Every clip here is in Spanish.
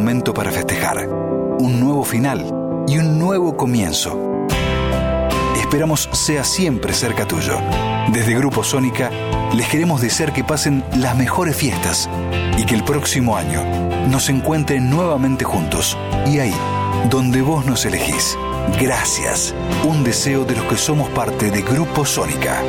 momento para festejar, un nuevo final y un nuevo comienzo. Esperamos sea siempre cerca tuyo. Desde Grupo Sónica les queremos desear que pasen las mejores fiestas y que el próximo año nos encuentren nuevamente juntos y ahí, donde vos nos elegís. Gracias, un deseo de los que somos parte de Grupo Sónica.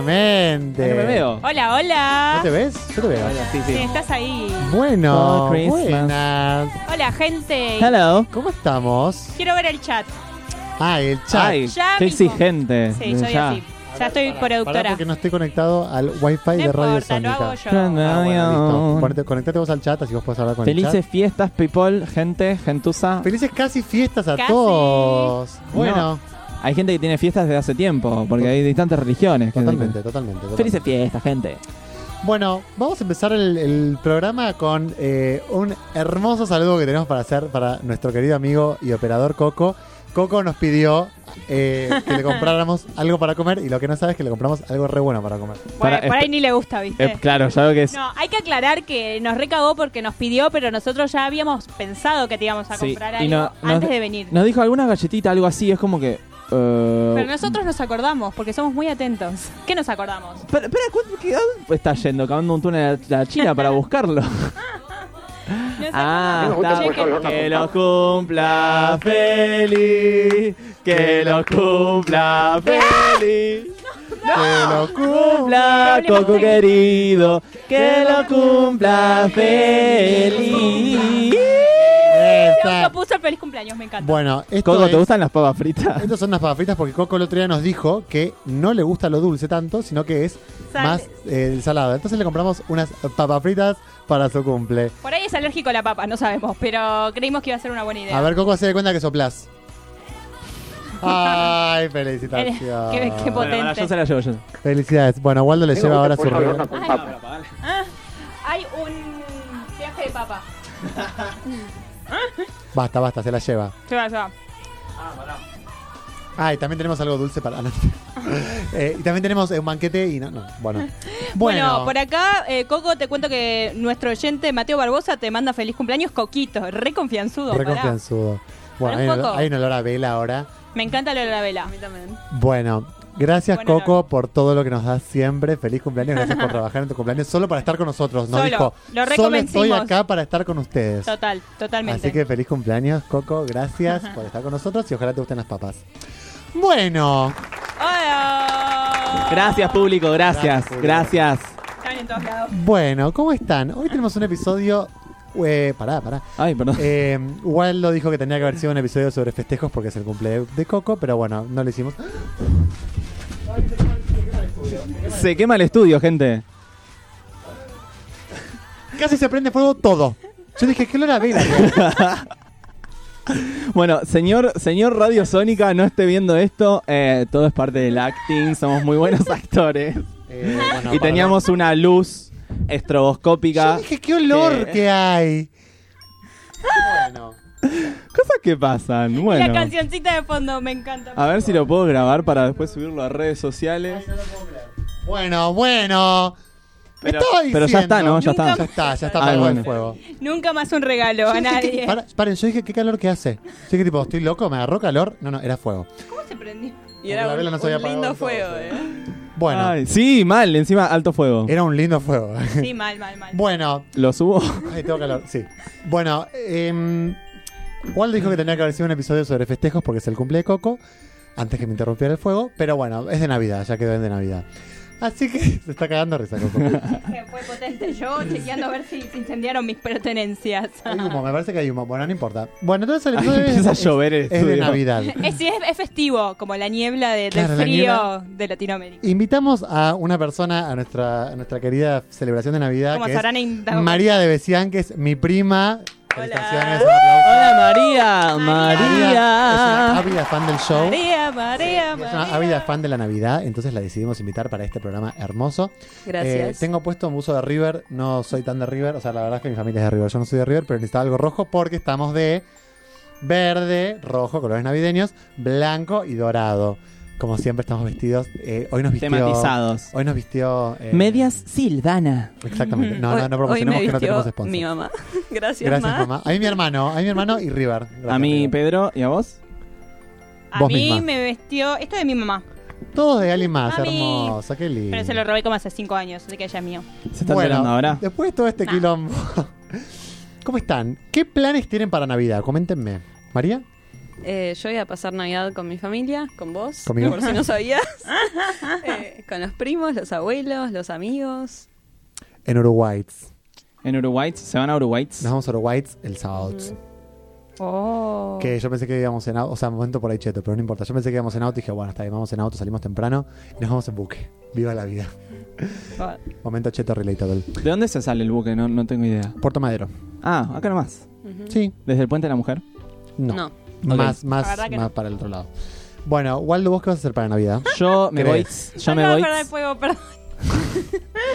Este, Hola, hola. ¿No te ves? Yo te veo. Hola, sí, sí. sí, estás ahí. Bueno, buenas. Hola, gente. Hello. ¿Cómo estamos? Quiero ver el chat. Ah, el chat. Ay, ya qué exigente. Sí, yo soy así. Ya ver, estoy para, productora. Para porque no estoy conectado al wifi no de importa, Radio Sónica. Lo hago yo. Ah, bueno, listo. Conectate vos al chat, así vos podés hablar con Felices el chat. Felices fiestas, people, gente, gentuza. Felices casi fiestas a casi. todos. Bueno. No. Hay gente que tiene fiestas desde hace tiempo, porque hay distintas religiones. Totalmente, que... totalmente, totalmente. Felices fiestas, gente. Bueno, vamos a empezar el, el programa con eh, un hermoso saludo que tenemos para hacer para nuestro querido amigo y operador Coco. Coco nos pidió eh, que le compráramos algo para comer y lo que no sabe es que le compramos algo re bueno para comer. Por, para, por ahí ni le gusta, ¿viste? Eh, claro, ya lo que es. No, hay que aclarar que nos recagó porque nos pidió, pero nosotros ya habíamos pensado que te íbamos a comprar sí, algo no, antes nos, de venir. Nos dijo alguna galletita, algo así, es como que. eh, Uh, pero nosotros nos acordamos porque somos muy atentos. ¿Qué nos acordamos? Pero, pero está yendo? Cavando un túnel a la China para buscarlo. Ah, está. que lo cumpla feliz, Ah. que lo cumpla feliz. No, que lo cumpla, no Coco querido, que lo cumpla feliz. Coco puso el feliz cumpleaños, me encanta. Bueno, esto Coco, ¿te es- gustan las papas fritas? Estas son las papas fritas porque Coco el otro día nos dijo que no le gusta lo dulce tanto, sino que es Sal- más eh, el salado. Entonces le compramos unas papas fritas para su cumple. Por ahí es alérgico a la papa, no sabemos, pero creímos que iba a ser una buena idea. A ver, Coco, se de cuenta que soplás. Ay, felicitaciones. Qué- qué pot- Bueno, para, yo se la llevo yo. Felicidades. Bueno, Waldo le lleva ahora su regalo. Ay, Ah, hay un viaje de papa. Basta, basta, se la lleva. Se va, se va. Ay, también tenemos algo dulce para. Eh, y también tenemos eh, un banquete y no, no. Bueno. Bueno, Bueno, por acá, eh, Coco, te cuento que nuestro oyente Mateo Barbosa te manda feliz cumpleaños, Coquito. Re confianzudo. re pará. confianzudo. Bueno, hay Pará un un, olor, poco. hay un olor a vela ahora. Me encanta lo de la vela. Bueno, gracias Buen Coco olor. por todo lo que nos das siempre. Feliz cumpleaños, gracias por trabajar en tu cumpleaños. Solo para estar con nosotros, nos Solo, dijo. lo Solo estoy reconvencimos". acá para estar con ustedes. Total, totalmente. Así que feliz cumpleaños, Coco. Gracias por estar con nosotros y ojalá te gusten las papas. Bueno, ¡Hola! Gracias, público, Gracias, gracias, público. gracias. Están en todos lados. bueno, ¿cómo están? Hoy tenemos un episodio. Eh, pará, pará. Ay, perdón. Eh, Waldo dijo que tenía que haber sido un episodio sobre festejos porque es el cumple de, de Coco, pero bueno, no lo hicimos. Se quema el estudio, gente. Casi se prende fuego todo. Yo dije, ¿qué olor a vela? Bueno, señor, señor Radio Sónica, no esté viendo esto. eh, todo es parte del acting, somos muy buenos actores. Eh, bueno, y teníamos una luz estroboscópica. Yo dije, ¿qué olor que- que hay? Bueno. Cosas que pasan. Y La Bueno. cancioncita de fondo me encanta. A ver si lo puedo grabar para después subirlo a redes sociales. Bueno, bueno. Pero- Estoy pero ya está, diciendo. ¿no? Ya Nunca- está. Ya está, ya está Ah, apagado el bueno. fuego. Nunca más un regalo a Yo dije, nadie. ¿qué- para- paren, yo dije, ¿qué calor que hace? Yo dije, tipo, ¿estoy loco? ¿Me agarró calor? No, no, era fuego. ¿Cómo se prendió? Y Porque la era un, vela no se un había lindo apagado del fuego, todo, eh. Bueno, Eh. Ay, sí, mal, encima alto fuego. era un lindo fuego. Sí, mal, mal, mal. bueno, Lo subo. ay, tengo calor, sí. Bueno, eh, Walt dijo que tenía que haber sido un episodio sobre festejos porque es el cumple de Coco, antes que me interrumpiera el fuego, pero bueno, es de Navidad, ya quedó en de Navidad. Así que se está cagando risa, Coco. Que Fue potente yo chequeando a ver si se incendiaron mis pertenencias. Hay humo, me parece que hay humo. Bueno, no importa. Bueno, entonces el Ay, episodio empieza a es- llover el es, de estudio. Navidad. Es, sí, es- es festivo, como la niebla de, del Claro, la frío niebla. de Latinoamérica. Invitamos a una persona a nuestra, a nuestra querida celebración de Navidad, Como que es sabrán en- María de Besián, que es mi prima. Felicitaciones. un aplauso. Hola María, Ah, María es una María. ávida fan del show. y María, María, Es una María. ávida fan de la Navidad, entonces la decidimos invitar para este programa hermoso. Eh, Gracias. tengo puesto un buzo de River, no soy tan de River, o sea, la verdad es que mi familia es de River, yo no soy de River, pero necesitaba algo rojo porque estamos de verde, rojo, colores navideños, blanco y dorado. Como siempre estamos vestidos, eh, hoy nos vistió... Tematizados. Hoy nos vistió... eh, Silvana. Exactamente. No, no, no hoy promocionemos me que no tenemos vistió sponsor. mi mamá. Gracias, Gracias, ma. mamá. A mí mi hermano, a mí mi hermano y River. Gracias, A mí, River. Pedro, ¿y a vos? A Vos mí misma. me vestió. Esto es de mi mamá, Todos de alguien más, Mami. hermosa, qué lindo. pero se lo robé como hace cinco años, así que ella es mío. ¿Se están Bueno, mirando ahora? Después de todo este Nah. quilombo. ¿Cómo están? ¿Qué planes tienen para Navidad? Coméntenme. María, Eh, yo voy a pasar Navidad con mi familia, con vos, Conmigo. por si no sabías. Eh, con los primos, los abuelos, los amigos. en Uruguay. En Uruguay, se van a Uruguay. Nos vamos a Uruguay el sábado. Oh. Que yo pensé que íbamos en auto, o sea, un momento por ahí cheto, pero no importa. Yo pensé que íbamos en auto y dije, bueno, está bien, vamos en auto, salimos temprano y nos vamos en buque. Viva la vida. Momento cheto relatable. ¿De dónde se sale el buque? No, no tengo idea. Puerto Madero. Ah, acá nomás. Sí, ¿Desde el Puente de la Mujer? no. No. Más, La más, verdad que más no. para el otro lado. Bueno, Waldo, ¿vos qué vas a hacer para Navidad? Yo me voy. ¿Crees? Yo Ay, me no, voy. perdón, pues. el fuego, perdón.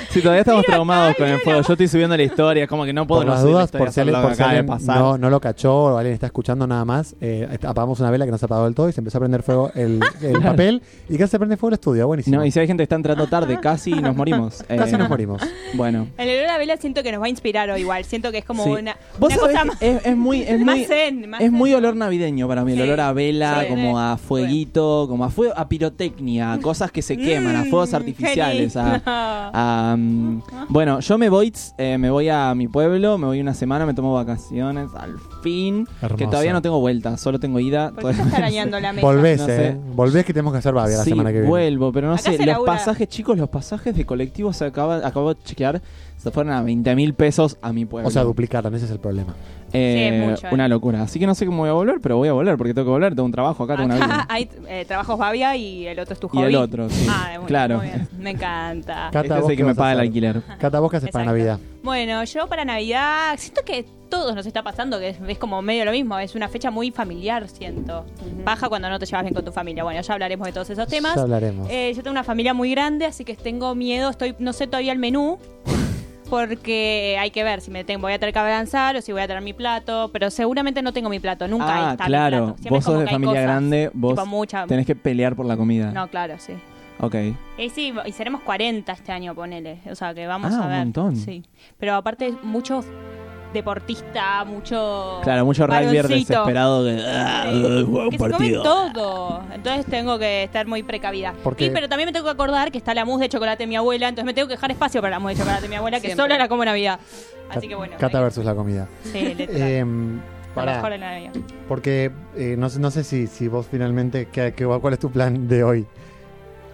Si todavía estamos traumados con el fuego, yo estoy subiendo la historia, es como que no puedo por no las subir la dudas, historia, por si hacer alguien, lo por que si acaba de alguien pasar. no, no lo cachó o alguien está escuchando nada más, eh, est- apagamos una vela que no se apagó del todo y se empezó a prender fuego el, el papel. ¿Y qué se prende fuego el estudio? Buenísimo. No, y si hay gente que está entrando tarde, casi nos morimos. Casi Eh, nos morimos. Bueno. El olor a vela siento que nos va a inspirar hoy igual. Siento que es como Sí. una, ¿Vos una sabés cosa que más, es, es muy, es más muy, zen. más es zen. muy olor navideño para mí, el Sí, olor a vela, sí. como a fueguito, como a fuego, a pirotecnia, a cosas que se queman, a fuegos Mm, artificiales, qué a, lindo. a, mm, bueno, yo me voy, eh, me voy a mi pueblo, me voy una semana, me tomo vacaciones, al fin, que Hermoso. todavía no tengo vuelta, solo tengo ida. ¿Por qué estás arañando la mesa? Volvés, No sé. eh. Volvés que tenemos que hacer babia la Sí, semana que viene. vuelvo, pero no Acá sé, se los labura. pasajes, chicos, los pasajes de colectivo se acaba, acabo de chequear, se fueron a 20 mil pesos a mi pueblo. O sea, duplicaron, ese es el problema. Eh, Sí, es mucho, eh. Una locura. Así que no sé cómo voy a volver, pero voy a volver porque tengo que volver. Tengo un trabajo acá, tengo una Acá vida. hay eh, trabajos babia y el otro es tu Y hobby. el otro, sí. Ah, bueno, claro. muy bien. Me encanta. Cata, Este es ¿vos el qué que me vas a paga el hacer? alquiler. Cata, ¿vos qué haces para Exacto. Navidad? Bueno, yo para Navidad siento que todos nos está pasando, que es, es como medio lo mismo, es una fecha muy familiar, siento. Baja cuando no te llevas bien con tu familia. Bueno, ya hablaremos de todos esos temas. Ya hablaremos. Eh, yo tengo una familia muy grande, así que tengo miedo, estoy no sé todavía el menú. Porque hay que ver si me tengo, voy a tener que avanzar o si voy a tener mi plato, pero seguramente no tengo mi plato, nunca ah, hay- está mi plato. claro. Siempre Vos como sos de que hay familia cosas, grande, vos tipo, mucha- tenés que pelear por la comida. No, claro, sí. Ok. Y Eh, sí, y seremos 40 este año, ponele. O sea, que vamos Ah, a un ver. montón. Sí. Pero aparte, mucho deportista, mucho. Claro, mucho rugby varoncito. desesperado que. "Ah, Sí. Juega un que se comen partido. Ah, todo. Entonces tengo que estar muy precavida. ¿Por qué? Y, pero también me tengo que acordar que está la mousse de chocolate de mi abuela. Entonces me tengo que dejar espacio para la mousse de chocolate de mi abuela, que Siempre. solo la como en Navidad. Cat- Así que bueno. Cata ahí- versus la comida. Sí, literal. Eh, Lo mejor pará, en la Navidad. porque eh, no, sé- no sé si, si vos finalmente, ¿qué- qué- ¿cuál es tu plan de hoy?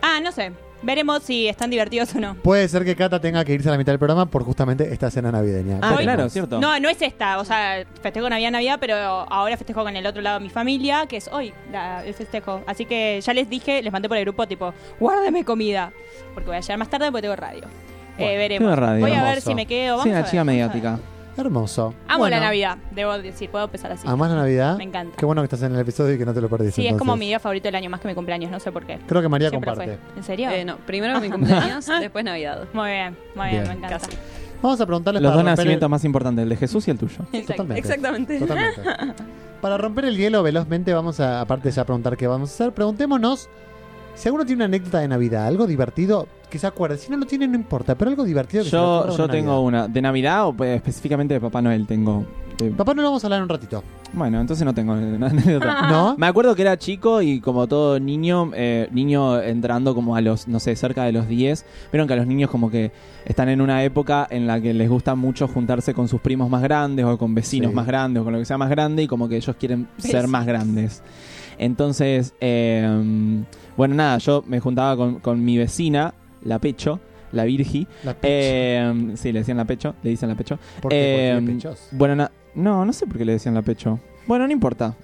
Ah, no sé. Veremos si están divertidos o no. Puede ser que Cata tenga que irse a la mitad del programa por justamente esta cena navideña. Ah, Veremos. claro, cierto. No, no es esta. O sea, festejo Navidad, Navidad, pero ahora festejo con el otro lado de mi familia, que es hoy la- el festejo. Así que ya les dije, les mandé por el grupo, tipo, guárdame comida. Porque voy a llegar más tarde porque tengo radio. Eh, Bueno, veremos. tengo radio. Voy a ver Hermoso. si me quedo. Vamos Sí, a una ver, chica vamos a ver. mediática. Hermoso. Amo Bueno, la Navidad, debo decir, puedo empezar así. ¿Amás la Navidad? Me encanta. Qué bueno que estás en el episodio y que no te lo perdiste. sí, es como mi entonces. día favorito del año, más que mi cumpleaños, no sé por qué. Creo que María Siempre comparte. fue. ¿En serio? Eh, no, primero mi cumpleaños, después Navidad. Muy bien, muy bien, Bien. me encanta. Casi. Vamos a preguntarles Los para dos romper el- nacimientos más importantes, el de Jesús y el tuyo. Exact- Totalmente. Exactamente. Totalmente. Para romper el hielo velozmente vamos a, aparte de ya preguntar qué vamos a hacer, preguntémonos si alguno tiene una anécdota de Navidad, algo divertido que se acuerde. Si no lo tiene, no importa, pero algo divertido que se Yo, acuerde. yo tengo una. ¿De Navidad o pues, específicamente de Papá Noel tengo? De- Papá no lo vamos a hablar en un ratito. Bueno, entonces no tengo una anécdota. ¿No? Me acuerdo que era chico y como todo niño, eh, niño entrando como a los, no sé, cerca de los 10, vieron que a los niños como que están en una época en la que les gusta mucho juntarse con sus primos más grandes o con vecinos Sí. más grandes o con lo que sea más grande y como que ellos quieren ser Vecinos. más grandes. Entonces, eh, bueno, nada, yo me juntaba con, con mi vecina, la Pecho, la Virgi. La pecho. Eh, sí, le decían la Pecho, le dicen la Pecho. porque, eh, porque pechos. Bueno, na- no, no sé por qué le decían la pecho. Bueno, no importa.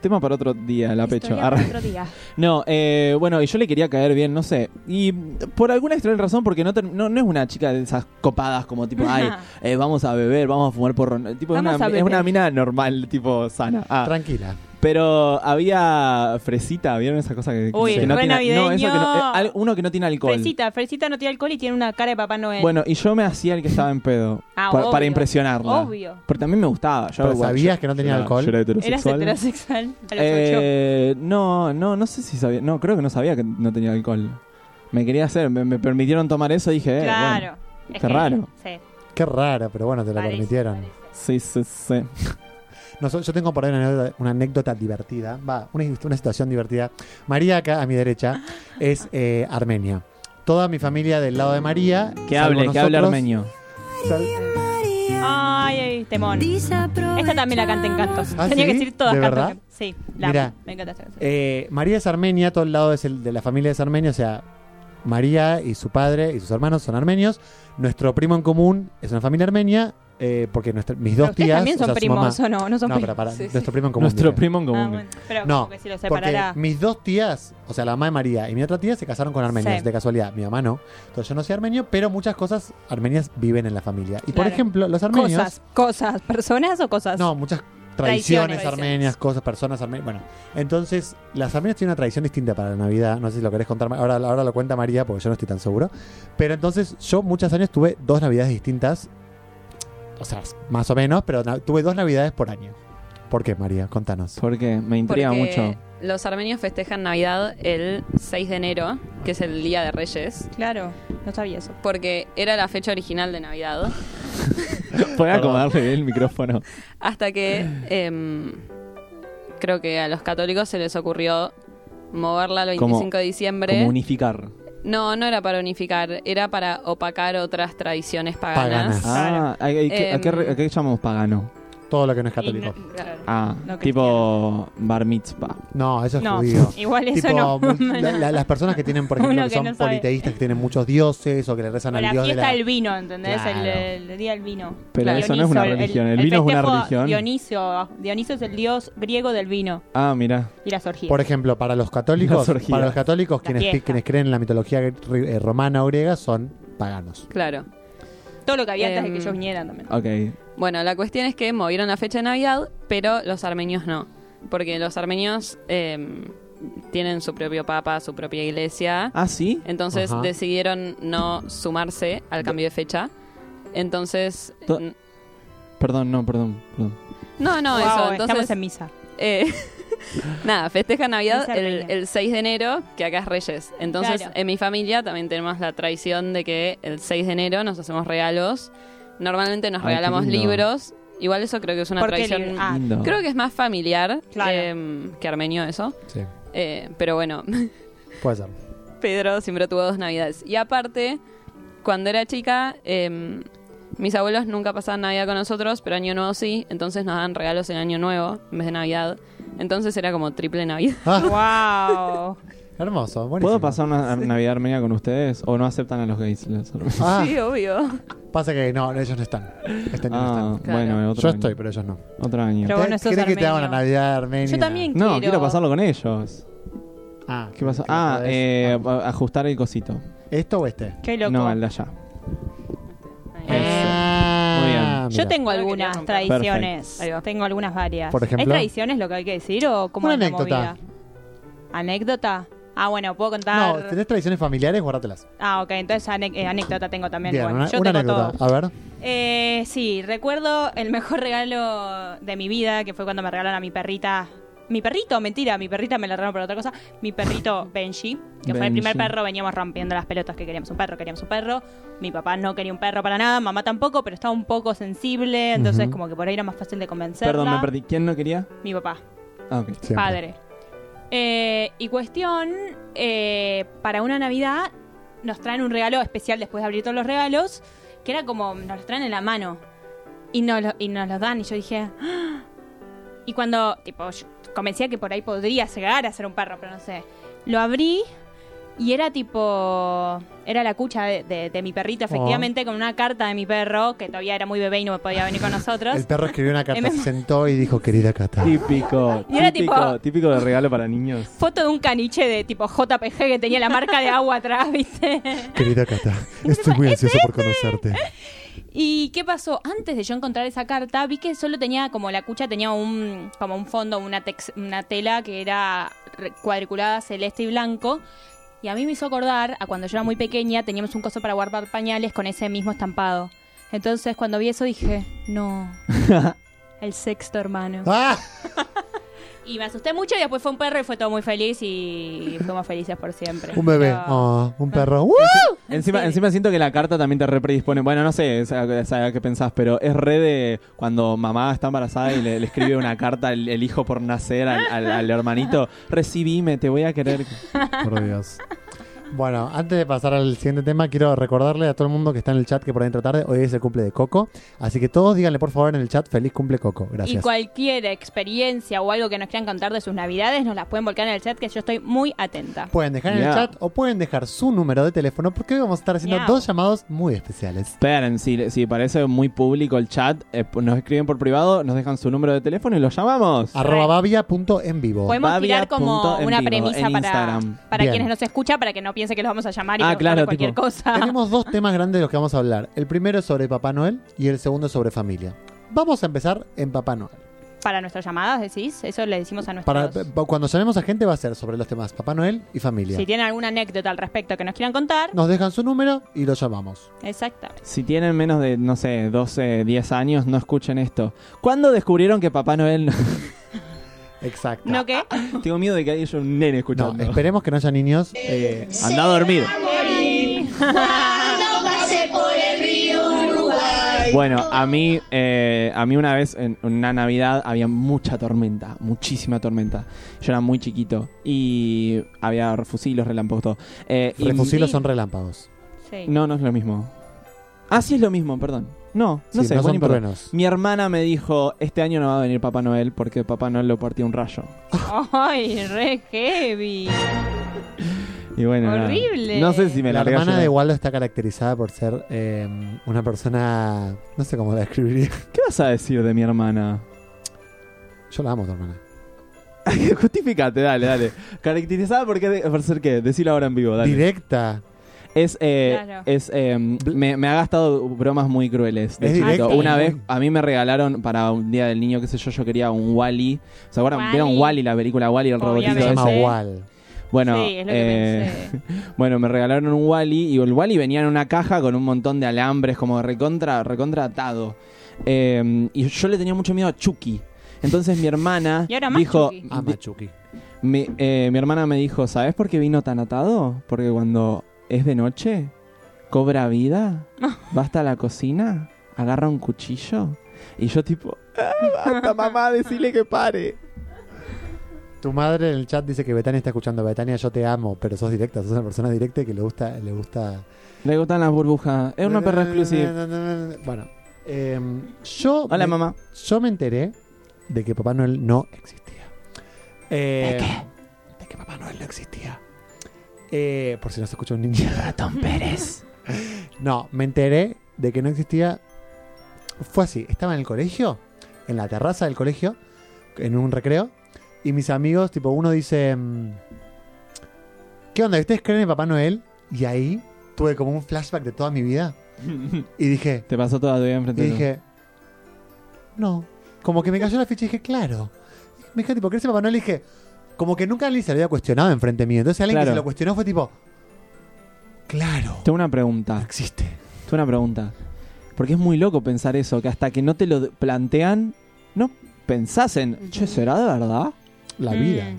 Tema para otro día, la pecho. Historia Arre. para otro día. No, eh, bueno, y yo le quería caer bien, no sé. Y por alguna extraña razón, porque no, ter- no, no es una chica de esas copadas como tipo, ay, eh, vamos a beber, vamos a fumar porrón. Tipo, es Vamos una, a es beber. una mina normal, tipo sana. Ah, Tranquila. pero había fresita, ¿vieron esa cosa que, que- Uy, que no re tiene no, eso que no- navideño. eh, al- uno que no tiene alcohol. Fresita, Fresita no tiene alcohol y tiene una cara de Papá Noel. Bueno, y yo me hacía el que estaba en pedo Ah, pa- para obvio. impresionarla. Obvio. Porque también me gustaba. Yo, Pero bueno, sabías yo- que no tenía yo era- alcohol. yo era Eras heterosexual. heterosexual a los ocho. Eh, no, no, no sé si sabía. No, creo que no sabía que no tenía alcohol. Me quería hacer, me, me permitieron tomar eso y dije, eh, bueno. Claro. Es qué que- raro. Sí. Qué raro, pero bueno, te lo Parece, permitieron. Sí, sí, sí. No, so- yo tengo por ahí una anécdota, una anécdota divertida, va, una, una situación divertida. María acá a mi derecha es eh, armenia. Toda mi familia del lado de María. Que salvo hable, que hable nosotros, armenio. sal- Ay, ay, temón. Esta también la canta en cantos. ¿Ah, Tenía sí? que decir todas ¿De canto verdad? en canto. Sí, la Mira. amo. me encanta esta canción. eh, María es armenia, todo el lado es el- de la familia es armenia, o sea, María y su padre y sus hermanos son armenios. Nuestro primo en común es una familia armenia, eh, porque nuestra- mis Pero dos ustedes tías. también o son sea, su primos, mamá- ¿o no? No son no, primos. pero para, Sí, sí. nuestro primo en común. Nuestro dije. primo en Ah, común. bueno. Pero No, como que si lo Porque separara. mis dos tías, o sea, la mamá de María y mi otra tía se casaron con armenios, Sí. de casualidad. Mi mamá no. Entonces yo no soy armenio, pero muchas cosas armenias viven en la familia. Y por Claro. ejemplo, los armenios. Cosas, cosas, personas o cosas. No, muchas tradiciones, Tradiciones. armenias, cosas, personas armenias. Bueno, entonces, las armenias tienen una tradición distinta para la Navidad. No sé si lo querés contar. Ma- Ahora, ahora lo cuenta María, porque yo no estoy tan seguro. Pero entonces, yo muchos años tuve dos Navidades distintas. O sea, más o menos, pero na- tuve dos Navidades por año. ¿Por qué, María? Contanos. Porque me intriga Porque mucho. Los armenios festejan Navidad el 6 de enero, que es el Día de Reyes, Claro, no sabía eso. porque era la fecha original de Navidad, Podría acomodarle bien el micrófono. hasta que em, creo que a los católicos se les ocurrió moverla al Como- 25 de diciembre. Como unificar. no, no era para unificar, era para opacar otras tradiciones paganas. Paganas. Ah, ¿a, a- qué- a Em, qué, re- a qué llamamos pagano? Todo lo que no es católico. Y no- claro. Ah, No, tipo bar mitzvah. No, eso es No, judío. igual eso Tipo, no. mul- la- la- las personas que tienen, por ejemplo, Uno que, que son no sabe. politeístas, que tienen muchos dioses o que le rezan O al la dios de fiesta la... del vino, ¿entendés? Claro. El, el día del vino. Pero eso no es una religión, el vino es una festejo religión. Dionisio, Dionisio es el dios griego del vino Ah, mira. y las orgías. Por ejemplo, para los católicos, Las orgías. para los católicos La quienes, pi- fiesta. quienes creen en la mitología gre- eh, romana o griega son paganos. Claro. Todo lo que había antes de que Em, ellos vinieran también. Ok. Bueno, la cuestión es que movieron la fecha de Navidad, pero los armenios no. Porque los armenios em, tienen su propio papa, su propia iglesia. Ah, sí. Entonces Ajá. decidieron no sumarse al cambio de fecha. Entonces. To- n- Perdón, no, perdón. perdón. No, no, Wow, eso. estamos Entonces. en misa. eh, nada, festeja Navidad Misa el, armenia. el 6 de enero, que acá es Reyes. Entonces, Claro. en mi familia también tenemos la tradición de que el 6 de enero nos hacemos regalos. Normalmente nos Ay, qué regalamos lindo. libros. Igual eso creo que es una ¿Por qué tradición libre? Ah, Lindo. Creo que es más familiar Claro. em, que armenio eso. Sí, Eh, pero bueno, puede ser. Pedro siempre tuvo dos navidades. Y aparte, cuando era chica, em, mis abuelos nunca pasaban Navidad con nosotros, pero Año Nuevo sí. Entonces nos dan regalos en Año Nuevo en vez de Navidad. Entonces era como triple Navidad. Ah, wow. hermoso, buenísimo. ¿Puedo pasar una Navidad armenia con ustedes? ¿O no aceptan a los gays? los armenios? Ah, Sí, obvio. pasa que no, ellos no están. Este año Ah, no están. Claro. bueno, otro Yo año. estoy, pero ellos no. Otro año. Pero vos no ¿Crees sos que te hagan la armenio. Navidad armenia? Yo también No, quiero. quiero pasarlo con ellos. Ah, ¿Qué pasó? que lo Ah, podés- eh, a- ajustar el cosito. ¿Esto o este? Qué loco. Eh, No, el de allá. Ah, Yo mira. tengo Claro que algunas te rompe. tradiciones. Ahí va. Tengo algunas varias. Por ejemplo. ¿Hay tradiciones lo que hay que decir o cómo Una es la anécdota. movida? ¿Anécdota? Ah, bueno, puedo No, contar. ¿tenés tradiciones familiares? Guárdatelas. Ah, ok, entonces ane- eh, anécdota tengo también. Bien, bueno, una, yo una tengo anécdota. todo. A ver. Eh, sí, recuerdo el mejor regalo de mi vida, que fue cuando me regalaron a mi perrita. Mi perrito, mentira, mi perrita me la regalaron por otra cosa. Mi perrito Benji, que fue el primer Benji. perro, veníamos rompiendo las pelotas que queríamos un perro, queríamos un perro. Mi papá no quería un perro para nada, mamá tampoco, pero estaba un poco sensible, entonces Ujú. como que por ahí era más fácil de convencerla. Perdón, me perdí. ¿Quién no quería? Mi papá. Ah, ok. Siempre. Padre. Eh, y cuestión, eh, para una Navidad nos traen un regalo especial después de abrir todos los regalos, que era como, nos los traen en la mano. Y nos, lo- y nos los dan, y yo dije... "Ah". Y cuando, tipo, yo convencía que por ahí podría llegar a ser un perro, pero no sé. Lo abrí y era tipo... Era la cucha de, de- de mi Oh. perrito, efectivamente, con una carta de mi perro, que todavía era muy bebé y no podía venir con nosotros. El perro escribió una carta, Em- se sentó y dijo, querida Cata. Típico, Y era típico, tipo- típico de regalo para niños. foto de un caniche de tipo JPG que tenía la marca de agua atrás, ¿viste? Querida Cata, estoy muy ansioso por conocerte. ¿Y qué pasó? Antes de yo encontrar esa carta, vi que solo tenía, como la cucha tenía un, como un fondo, una, tex- una tela que era re- cuadriculada celeste y blanco. Y a mí me hizo acordar a cuando yo era muy pequeña, teníamos un coso para guardar pañales con ese mismo estampado. Entonces, cuando vi eso, dije, no. El sexto hermano. ¡Ah! Y me asusté mucho y después fue un perro y fue todo muy feliz y fuimos felices por siempre. Un bebé, Pero- oh, un perro. ¡Uh! Encima, Sí. encima siento que la carta también te repredispone. Bueno, no sé es algo- es algo que pensás, pero es re de cuando mamá está embarazada y le, le escribe una carta al el hijo por nacer al, al- al hermanito. Recibime, te voy a querer. Por Dios. Bueno, antes de pasar al siguiente tema, quiero recordarle a todo el mundo que está en el chat que por ahí entra tarde, hoy es el cumple de Coco. Así que todos díganle por favor en el chat, feliz cumple Coco. Y Gracias. cualquier experiencia o algo que nos quieran contar de sus navidades, nos las pueden volcar en el chat, que yo estoy muy atenta. Pueden dejar en el Yeah. chat o pueden dejar su número de teléfono porque hoy vamos a estar haciendo Yeah. dos llamados muy especiales. Esperen, si, si parece muy público el chat, eh, nos escriben por privado, nos dejan su número de teléfono y los llamamos. Arroba babia punto en vivo. Podemos Babia tirar como punto en una vivo, premisa en para, Instagram. para Bien. quienes nos escuchan, para que no piense que los vamos a llamar y Ah, que claro, sobre cualquier tipo, cosa. Tenemos dos temas grandes de los que vamos a hablar. El primero es sobre Papá Noel y el segundo es sobre familia. Vamos a empezar en Papá Noel. Para nuestras llamadas, decís, eso le decimos a nuestros... Para, eh, pa- cuando llamemos a gente va a ser sobre los temas Papá Noel y familia. si tienen alguna anécdota al respecto que nos quieran contar, Nos dejan su número y lo llamamos. exactamente. Si tienen menos de, no sé, 12, 10 años, no escuchen esto. ¿Cuándo descubrieron que Papá Noel... no- Exacto. ¿No qué? Tengo miedo de que haya un nene No, escuchando. esperemos que no haya niños. Eh, anda a dormir. Bueno, a mí, eh, a mí una vez en una Navidad había mucha tormenta, muchísima tormenta. Yo era muy chiquito y había fusilos, relámpagos, todo. Eh, y- Refusilos sí. son relámpagos. Sí. No, no es lo mismo. Ah, sí es lo mismo, perdón. No, no Sí, sé. no bueno, son importa. truenos. Mi hermana me dijo, este año no va a venir Papá Noel porque Papá Noel lo partió un rayo. ¡Ay, re heavy! Y bueno, nada. Horrible. No sé si me La largué a hermana de llorar. Waldo está caracterizada por ser eh, una persona. No sé cómo la describiría. ¿Qué vas a decir de mi hermana? Yo la amo, tu hermana. Justificate, dale, dale. Caracterizada por, qué de- por ser qué? Decilo ahora en vivo, dale. Directa. Es, eh, Claro. es eh, me, me ha gastado bromas muy crueles. de Es chiquito. directo. Una Ah, sí. vez a mí me regalaron para un día del niño, qué sé yo, yo quería un Wally. ¿Se acuerdan? Wall-E. ¿Vieron Wally, la película Wally, el robotito Se Obviamente. llama ese? Wal. Bueno, sí, es lo que eh, pensé. bueno, me regalaron un Wally y el Wally venía en una caja con un montón de alambres, como recontra, recontra atado. Eh, y yo le tenía mucho miedo a Chucky. Entonces mi hermana Y ahora más dijo, Chucky. Ama Chucky. mi, eh, mi hermana me dijo, ¿sabes por qué vino tan atado? Porque cuando es de noche, cobra vida, va hasta la cocina, agarra un cuchillo. Y yo tipo, "Ah, basta mamá, decile que pare. Tu madre en el chat dice que Betania está escuchando. Betania, yo te amo, pero sos directa, sos una persona directa y que le gusta. Le gusta... Le gustan las burbujas, es una perra exclusiva. Bueno, eh, yo. Hola me- mamá. Yo me enteré de que Papá Noel no existía. Eh, ¿De qué? De que Papá Noel no existía. Eh, por si no se escucha un niño. Ratón Pérez. No, me enteré de que no existía. Fue así, estaba en el colegio, en la terraza del colegio, en un recreo, y mis amigos, tipo, uno dice, mm, ¿qué onda? ¿Ustedes creen en Papá Noel? Y ahí tuve como un flashback de toda mi vida y dije, Te pasó toda tu vida enfrente y tuyo. dije, no. Como que me cayó la ficha y dije, claro. Me dije, tipo, ¿crees en Papá Noel? Y dije, como que nunca alguien se lo había cuestionado enfrente mío. Entonces alguien que Claro. se lo cuestionó fue tipo, claro, Tengo una pregunta, existe. tengo una pregunta. Porque es muy loco pensar eso, que hasta que no te lo plantean, no pensás en, che, ¿será de verdad? La vida.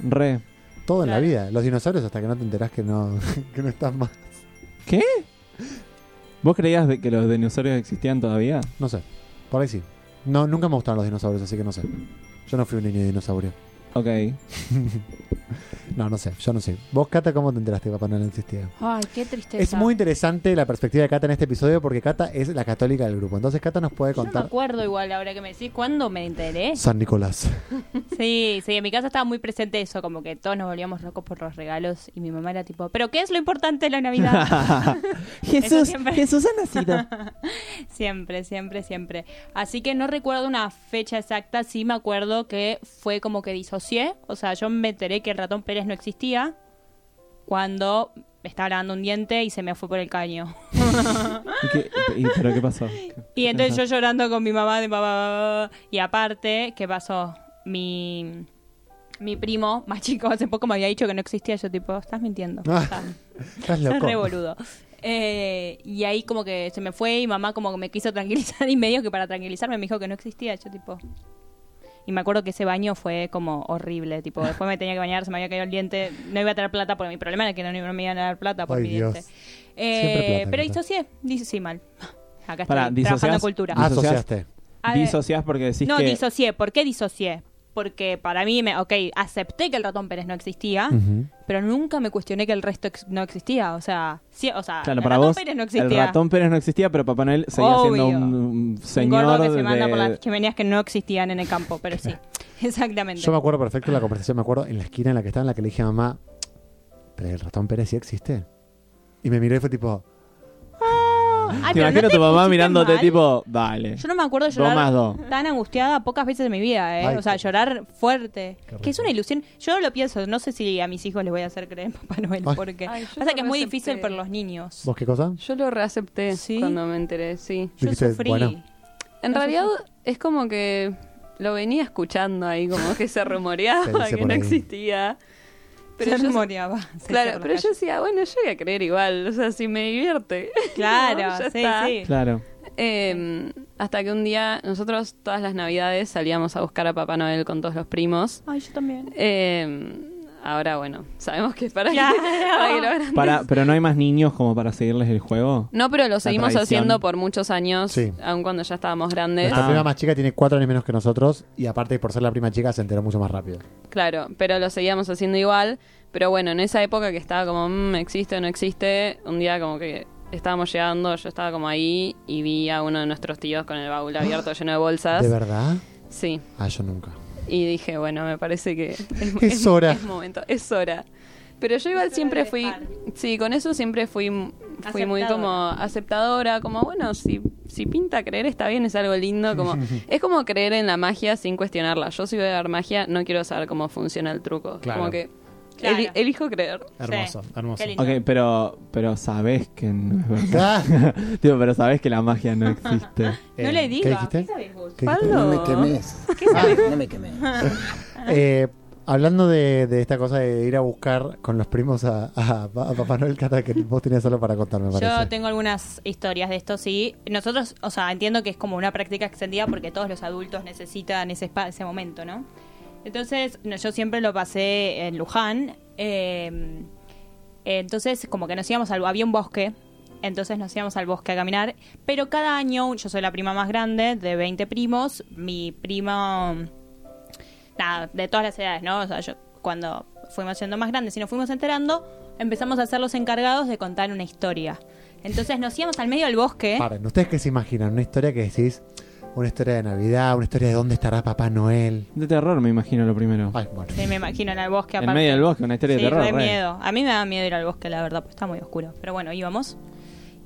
Mm. Re. Todo en la Claro. vida. Los dinosaurios hasta que no te enterás que no, que no están más. ¿Qué? ¿Vos creías de que los dinosaurios existían todavía? No sé. Por ahí sí. No, nunca me gustaron los dinosaurios, así que no sé. Yo no fui un niño de dinosaurio. Ok. No, no sé. Yo no sé. Vos, Cata, ¿cómo te enteraste que Papá Noel existía? Ay, qué tristeza. Es muy interesante la perspectiva de Cata en este episodio porque Cata es la católica del grupo. Entonces Cata nos puede Yo no me contar acuerdo igual ahora que me decís cuándo me enteré. San Nicolás. Sí, sí, en mi casa estaba muy presente eso, como que todos nos volvíamos locos por los regalos y mi mamá era tipo, ¿pero qué es lo importante de la Navidad? Eso Jesús, siempre. Jesús ha nacido. siempre, siempre, siempre. Así que no recuerdo una fecha exacta, sí me acuerdo que fue como que disocié, o sea, yo me enteré que el ratón Pérez no existía cuando me estaba lavando un diente y se me fue por el caño. ¿Y qué- y- ¿Pero qué pasó? Y entonces yo llorando con mi mamá de papá. Y aparte, ¿qué pasó? Mi, mi primo más chico hace poco me había dicho que no existía. Yo tipo, estás mintiendo. Ah, Estás- Estás estás loco. re boludo. Eh, y ahí como que se me fue y mamá como que me quiso tranquilizar y medio que para tranquilizarme me dijo que no existía. Yo tipo... Y me acuerdo que ese baño fue como horrible. Tipo, después me tenía que bañar, se me había caído el diente. No iba a tener plata porque mi problema era que no, no me iban a dar plata por Ay, mi Dios. diente. Siempre plata, Eh, pero plata. disocié. Disocié mal. Acá Pará, estoy trabajando ¿disociás? en cultura. Ah, Asociaste. A ver. Disociás porque decís No, que... disocié. ¿Por qué disocié? Porque para mí, me, ok, acepté que el ratón Pérez no existía, Ujú. pero nunca me cuestioné que el resto ex- no existía. O sea, sí, o sea Claro, el para ratón vos, Pérez no el existía. ratón Pérez no existía, pero Papá Noel seguía siendo Obvio. un, un Un señor gordo que se de- manda por las chimeneas que no existían en el campo, pero sí. Exactamente. Yo me acuerdo perfecto de la conversación, me acuerdo en la esquina en la que estaba, en la que le dije a mamá, pero el ratón Pérez sí existe. Y me miró y fue tipo, Te Ay, pero no imagino te tu mamá pusiste mirándote mal. tipo, dale. Yo no me acuerdo de Dos más dos. llorar tan angustiada pocas veces en mi vida, ¿eh? Ay, o sea, qué- llorar fuerte. rico. Que es una ilusión. Yo lo pienso, no sé si a mis hijos les voy a hacer creer en Papá Noel, Ay. porque Ay, yo pasa lo que es muy reacepté. difícil para los niños. ¿vos qué cosa? Yo lo reacepté Sí. cuando me enteré, sí. Yo Dijiste, sufrí. bueno. En Eso realidad es como que lo venía escuchando ahí, como que se Se rumoreaba dice que por no ahí. existía. Pero Pero yo yo, moreaba. claro, pero yo decía, bueno, yo voy a creer igual, o sea, si me divierte. Claro, No, ya sí, está. sí. Claro. Eh, hasta que un día nosotros todas las navidades salíamos a buscar a Papá Noel con todos los primos. Ay, yo también. Eh, ahora, bueno, sabemos que es para, que- Claro. para que lo grandes- Para, pero no hay más niños como para seguirles el juego. No, pero lo seguimos tradición. haciendo por muchos años, Sí. aun cuando ya estábamos grandes. Nuestra Ah. prima más chica tiene cuatro años menos que nosotros y aparte por ser la prima chica se enteró mucho más rápido. Claro, pero lo seguíamos haciendo igual. Pero bueno, en esa época que estaba como, "Mm, existe o no existe, un día como que estábamos llegando, yo estaba como ahí y vi a uno de nuestros tíos con el baúl abierto lleno de bolsas. ¿De verdad? Sí, Ah, yo nunca. y dije, bueno, me parece que es, Es hora. Es momento, es hora. Pero yo igual siempre de fui, dejar. sí, con eso siempre fui, fui muy como aceptadora, como bueno, si, si pinta creer está bien, es algo lindo, como es como creer en la magia sin cuestionarla. Yo si voy a ver magia, no quiero saber cómo funciona el truco, Claro. como que Claro. eli- elijo creer. Hermoso, hermoso. Qué lindo. Ok, pero, pero sabés que no es verdad. Ah, Tipo, pero sabés que la magia no existe. No eh, le ¿Qué digas. dijiste? sabés vos? ¿Qué dijiste? Pablo, No me quemé. Eh, hablando de, de esta cosa de ir a buscar con los primos a, a- a Papá Noel, Cata, que vos tenías algo para contarme, parece. Yo tengo algunas historias de esto, sí. Nosotros, o sea, entiendo que es como una práctica extendida porque todos los adultos necesitan ese, espa- ese momento, ¿no? Entonces, no, yo siempre lo pasé en Luján. eh, entonces, como que nos íbamos al... Había un bosque. Entonces nos íbamos al bosque a caminar. Pero cada año, yo soy la prima más grande de 20 primos. Mi prima... Nada, de todas las edades, ¿no? O sea, yo cuando fuimos siendo más grandes y nos fuimos enterando, empezamos a ser los encargados de contar una historia. Entonces nos íbamos al medio del bosque. Paren, ¿ustedes qué se imaginan? ¿Una historia que decís? ¿Una historia de Navidad? ¿Una historia de dónde estará Papá Noel? De terror, me imagino lo primero. Ay, bueno. Sí, me imagino en el bosque en aparte. medio del bosque, una historia Sí, de terror. re re. miedo. A mí me da miedo ir al bosque, la verdad, porque está muy oscuro. Pero bueno, íbamos.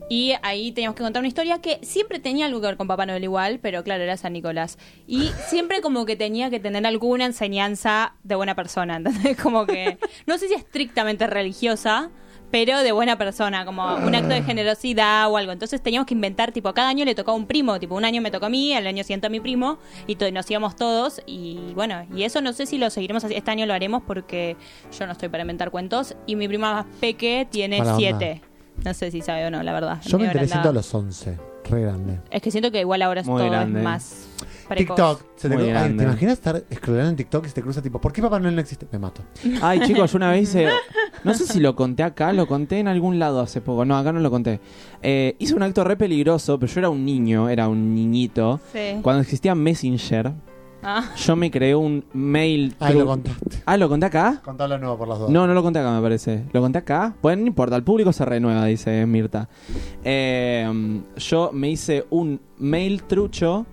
Y ahí teníamos que contar una historia que siempre tenía algo que ver con Papá Noel igual, pero claro, era San Nicolás. Y siempre como que tenía que tener alguna enseñanza de buena persona, ¿entendés? Como que, no sé si estrictamente religiosa, pero de buena persona, como un acto de generosidad o algo. Entonces teníamos que inventar, tipo, a cada año le tocaba a un primo, tipo, un año me tocó a mí, el año siguiente a mi primo, y to- nos íbamos todos, y bueno, y eso no sé si lo seguiremos, haci- este año lo haremos porque yo no estoy para inventar cuentos, y mi prima más peque tiene Mala onda. siete. No sé si sabe o no, la verdad. Yo me Medio enteré siendo agrandada. a los 11. Re grande. Es que siento que igual ahora es Muy todo grande. es más precoz. TikTok. Se te, Muy cru- Ay, grande. ¿Te imaginas estar scrollando en TikTok y se te cruza tipo, ¿por qué Papá Noel no existe? Me mato. Ay, chicos, yo una vez hice. No sé si lo conté acá, lo conté en algún lado hace poco. No, acá no lo conté. Eh, hice un acto re peligroso, pero yo era un niño, era un niñito. Sí. Cuando existía Messenger, Ah, yo me creé un mail. Ahí lo tru- contaste. Ah, ¿lo conté acá? Contalo nuevo por las dos. No, no lo conté acá, me parece. ¿Lo conté acá? Bueno, no importa, el público se renueva, dice Mirta. Eh, yo me hice un mail trucho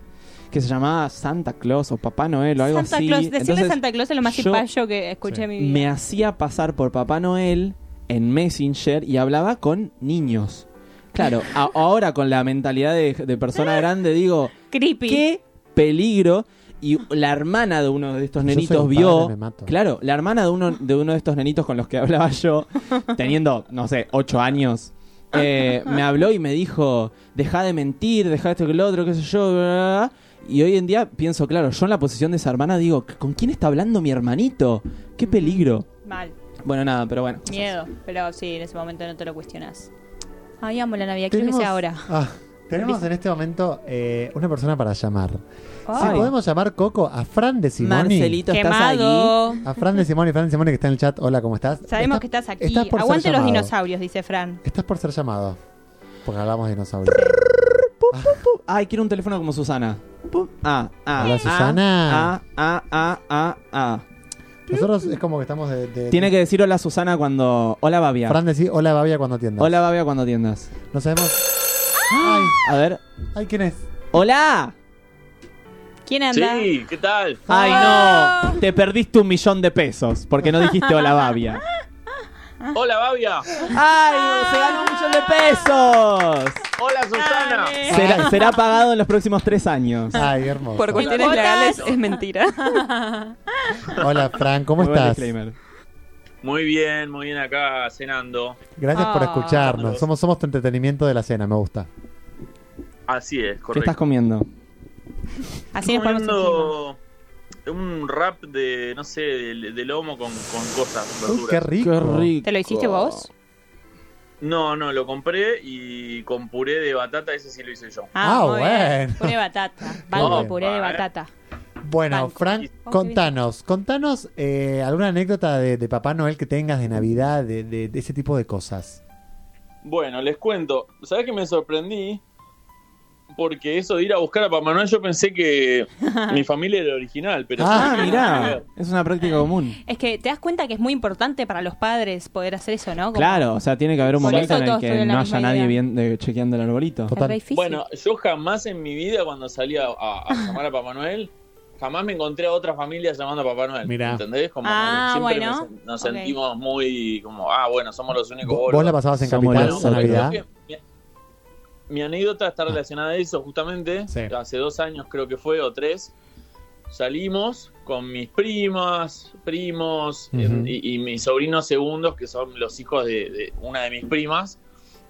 que se llamaba Santa Claus o Papá Noel o algo Santa así. Claus. Decirle Entonces, Santa Claus es lo más yo cipayo que escuché en mi vida. me hacía pasar por Papá Noel en Messenger y hablaba con niños. Claro, a- ahora con la mentalidad de, de persona grande digo, Creepy. qué peligro. Y la hermana de uno de estos Yo soy nenitos un padre, vio. me mato. Claro, la hermana de uno, de uno de estos nenitos con los que hablaba yo, teniendo, no sé, ocho años, eh, me habló y me dijo: Deja de mentir, deja esto que lo otro, qué sé yo. bla, bla, bla". Y hoy en día pienso, claro, yo en la posición de esa hermana digo: ¿Con quién está hablando mi hermanito? ¡Qué peligro! Mal. Bueno, nada, pero bueno. Miedo. Pero sí, en ese momento no te lo cuestionas. Ay, amo la Navidad. Quiero que Tenemos- sea ahora. Ah, tenemos en este momento eh, una persona para llamar. Si Ay. podemos llamar Coco a Fran de Simoni. Marcelito, ¿estás ahí? Quemado. A Fran de Simoni, Fran de Simoni que está en el chat. Hola, ¿cómo estás? Estás- Sabemos que estás aquí. estás por ser Aguante los llamado. dinosaurios, dice Fran. Estás por ser llamado. Porque hablamos de dinosaurios. Uh, Ay, quiero un teléfono como Susana. Pum. Ah, ah. Hola, ah, Susana. Ah, ah, ah, ah, ah. Nosotros es como que estamos de. de- Tiene que decir hola Susana cuando. Hola Babia. Fran decir hola Babia cuando atiendas. Hola Babia cuando atiendas. No sabemos. Ay, A ver. ay, ¿quién es? ¡Hola! ¿Quién anda? Sí, ¿qué tal? ¡Ay Ah. no! Te perdiste un millón de pesos porque no dijiste hola Babia. Hola, Babia. ¡Ay! ¡Se ganó un millón de pesos! Hola, Susana. Dale. Será, será pagado en los próximos tres años. Ay, hermoso. Por cuestiones Botas. legales es mentira. Hola, Fran, ¿cómo Muy buen estás? disclaimer. Muy bien, muy bien acá cenando. Gracias por Ah. escucharnos. Somos, somos tu entretenimiento de la cena, me gusta. Así es, ¿Qué estás correcto. comiendo? Así nos ponemos encima. comiendo un rap de, no sé, de, de lomo con, con cosas, Uy, qué verduras. rico. ¿Te lo hiciste vos? No, no, lo compré y con puré de batata, ese sí lo hice yo. Ah, muy bien. bueno. Puré de batata. Banco No, puré de eh. batata. Bueno, Banco. Fran, Oh, contanos, contanos eh, alguna anécdota de, de Papá Noel que tengas de Navidad, de, de- de ese tipo de cosas. Bueno, les cuento. ¿Sabes que me sorprendí? Porque eso de ir a buscar a Papá Noel, yo pensé que mi familia era original, pero... Ah, mirá. Es una práctica común. Es que te das cuenta que es muy importante para los padres poder hacer eso, ¿no? Como- Claro, o sea, tiene que haber un Por momento eso en el todos que tuvieron la no misma haya nadie idea. bien de- chequeando el arbolito. Es re difícil. Bueno, yo jamás en mi vida cuando salí a, a- a llamar a Papá Noel, jamás me encontré a otra familia llamando a Papá Noel. Mirá. ¿Entendés? Como Ah, siempre me bueno. sen- nos Ok. sentimos muy como, ah, bueno, somos los únicos ¿Vos, boludos. la pasabas en Somos Capital los en Bueno, únicos. Navidad? Ah. creo que Mi, mi anécdota está relacionada a eso justamente. Sí. Hace dos años creo que fue, o tres, salimos con mis primas, primos eh, Ujú. y, y mis sobrinos segundos, que son los hijos de- de una de mis primas.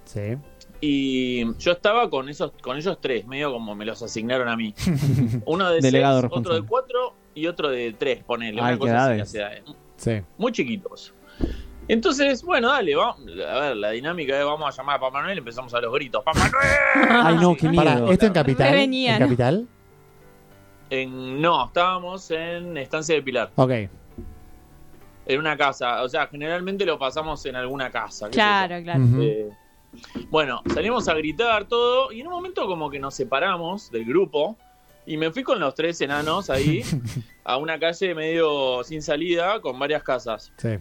Sí. Y yo estaba con esos, con ellos tres, medio como me los asignaron a mí. Uno de Delegado seis, otro responsable. de cuatro y otro de tres, Ay, ponele. una qué cosa así, edades. las edades. Sí. Muy chiquitos. Entonces, bueno, dale, vamos. A ver, la dinámica es vamos a llamar a Papá Noel, empezamos a los gritos. ¡Papá Noel! Ay, no, qué Para, miedo. ¿esto en Capital? Me venía, ¿En ¿no? Capital? En- no, estábamos en Estancia de Pilar, Ok. en una casa. O sea, generalmente lo pasamos en alguna casa. qué sé yo. Claro, Mm. claro. Ujú. Eh, bueno, salimos a gritar todo y en un momento como que nos separamos del grupo y me fui con los tres enanos ahí a una calle medio sin salida con varias casas. Sí.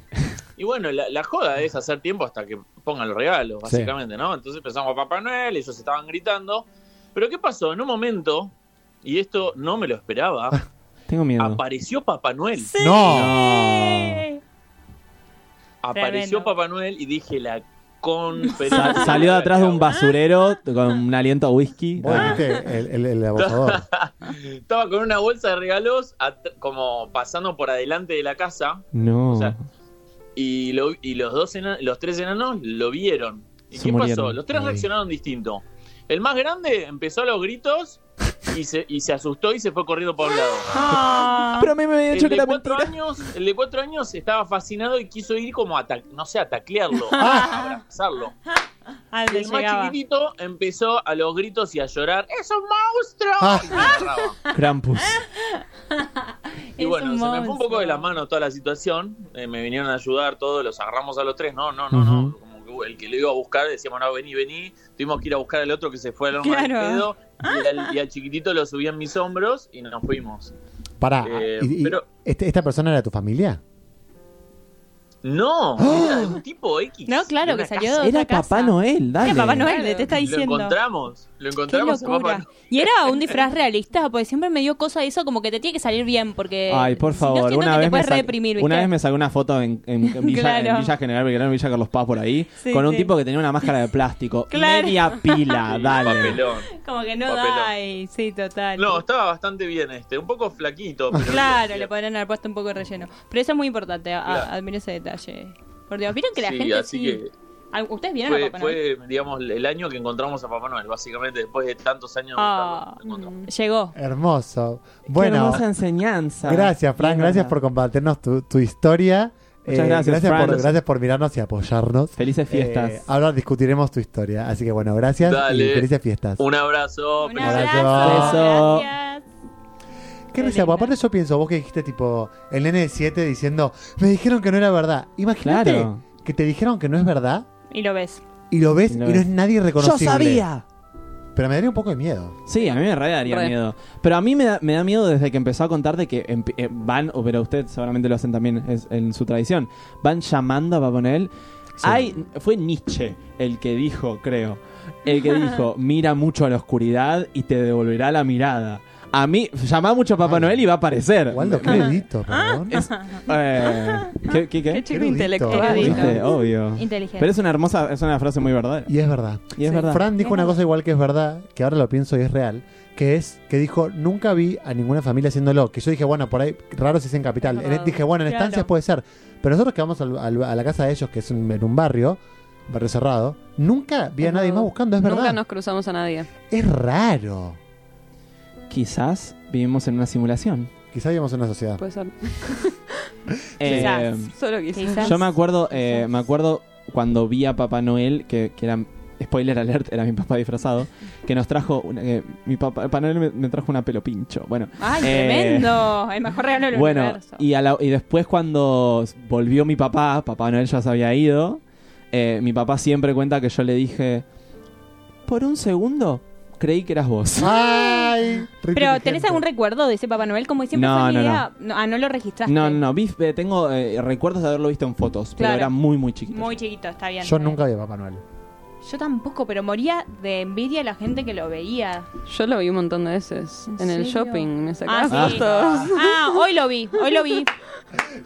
Y bueno, la, la joda es hacer tiempo hasta que pongan los regalos, Sí. básicamente, ¿no? Entonces empezamos a Papá Noel, ellos estaban gritando. Pero ¿qué pasó? En un momento, y esto no me lo esperaba, Tengo miedo. Ah. apareció Papá Noel. No. No. Apareció Tremendo. Papá Noel y dije la con Sa- salió de atrás de un basurero con un aliento a whisky. Vos Ah. dijiste el, el, el abusador. Estaba con una bolsa de regalos at- como pasando por adelante de la casa No. O sea, y, lo- y los, dos ena- los tres enanos lo vieron. ¿Y Se qué pasó? murieron. Los tres Ay. reaccionaron distinto. El más grande empezó a los gritos y se, y se asustó y se fue corriendo por un lado. Pero a mí Ah, me habían El dicho que de, era cuatro mentira. años, el de cuatro Ah. años estaba fascinado y quiso ir como a, ta- no sé, a taclearlo, a abrazarlo. Ah, Y le el más llegaba. chiquitito empezó a los gritos y a llorar. ¡Es un monstruo! Ah. Y me agarraba. Krampus. Ah, Y Es bueno, un se me fue un poco monstruo. de las manos toda la situación. eh, me vinieron a ayudar todos, los agarramos a los tres. No, no, no, no. Ujú. Como que el que lo iba a buscar decíamos, no, vení, vení. Tuvimos que ir a buscar al otro que se fue al loma del Claro. pedo. Y al, y al chiquitito lo subí en mis hombros y nos fuimos. Pará, Eh, ¿y- y- pero- este- ¿esta persona era tu familia? No, era de un tipo X. ¡Oh! No, claro, de una que salió casa. de Era otra casa. Papá Noel, dale. Era Papá Noel, Claro. te- te está Lo diciendo. encontramos, lo Qué encontramos a Papá locura. Y era un disfraz realista, porque siempre me dio cosa de eso, como que te tiene que salir bien, porque. Ay, por si no, favor, siento una, que te vez me puedes sa- reprimir, ¿viste? una vez me sacó una foto en, en- en Villa, Claro. en Villa General Belgrano, Villa Carlos Paz, por ahí, Sí, con un sí. tipo que tenía una máscara de plástico. Claro. Media pila, Sí, Ah, dale. papelón. Como que no Papelón. da, y- sí, total. No, estaba bastante bien este, un poco flaquito. Pero Claro, bien. le podrían haber puesto un poco de relleno. Pero eso es muy importante, a- Claro. admiro ese detalle. Por Dios, vieron que la Sí, gente. así sí- que- Al- ¿Ustedes vieron a Fue, Papá Noel? fue, digamos, el año que encontramos a Papá Noel, básicamente, después de tantos años. de Ah, buscarlo, lo encontramos. Llegó. Hermoso. Qué Bueno, hermosa enseñanza. gracias, Fran. Bien, Gracias Fran. por compartirnos tu, tu historia. Muchas gracias, Fran. por, gracias por mirarnos y apoyarnos. Felices fiestas. Eh, ahora discutiremos tu historia. Así que bueno, gracias y Dale. felices fiestas. Un abrazo. mm. Un feliz- abrazo. Beso. Gracias. Qué Qué risa, linda. aparte yo pienso, vos que dijiste tipo el nene de 7 diciendo, me dijeron que no era verdad. Imagínate Claro. que te dijeron que no es verdad Y lo ves. y lo ves y, Y lo no ves. es nadie ¡Yo reconocible. sabía! Pero me daría un poco de miedo. Sí, a mí me re daría Re. miedo. Pero a mí me da, me da miedo desde que empezó a contar de que empi- eh, van, o pero ustedes seguramente lo hacen también es- en su tradición, van llamando a Papá Noel. Sí. Hay, fue Nietzsche el que dijo, creo, el que dijo, mira mucho a la oscuridad y te devolverá la mirada. A mí, llamá mucho a Papá Ay. Noel y va a aparecer. Waldo, qué erudito, perdón. Ah, Es- eh, ¿Qué? qué, qué? Qué chico erudito. intelectual. Erudito. Viste, Obvio. Inteligente. Pero es una hermosa, es una frase muy verdadera. Y es verdad. Y es verdad. Fran dijo Es una verdad. cosa igual que es verdad, que ahora lo pienso y es real, que es que dijo, nunca vi a ninguna familia haciéndolo. Que yo dije, bueno, por ahí, raro si es en capital. Es verdad. dije, bueno, en Claro. estancias puede ser. Pero nosotros que vamos al- al- a la casa de ellos, que es un- en un barrio, barrio cerrado, nunca vi a Es nadie verdad. más buscando, es Nunca verdad. nos cruzamos a nadie. Es raro. Quizás vivimos en una simulación. Quizá vivimos en una sociedad. Puede ser. Quizás. Eh, Solo quizás. Quizás. Yo me acuerdo, eh, me acuerdo cuando vi a Papá Noel, que, que era, spoiler alert, era mi papá disfrazado, que nos trajo, una- eh, mi papá, Papá Noel me, me trajo una pelo pincho. Bueno, Ay, Eh, tremendo. El mejor regalo del bueno universo. y, a la- y después cuando volvió mi papá, Papá Noel ya se había ido, eh, mi papá siempre cuenta que yo le dije, por un segundo creí que eras vos. Ay, re Pero, inteligente. ¿tenés algún recuerdo de ese Papá Noel? Como siempre No, fue mi no, idea. No. Ah, no lo registraste. No, no, no, vi- eh, tengo eh, recuerdos de haberlo visto en fotos, pero Claro. era muy, muy chiquito. Muy chiquito, está bien. Yo nunca vi a Papá Noel. Yo tampoco, pero moría de envidia a la gente que lo veía. Yo lo vi un montón de veces. En, ¿En el serio? shopping me Ah, sacaba sí. fotos. Ah, hoy lo vi, hoy lo vi.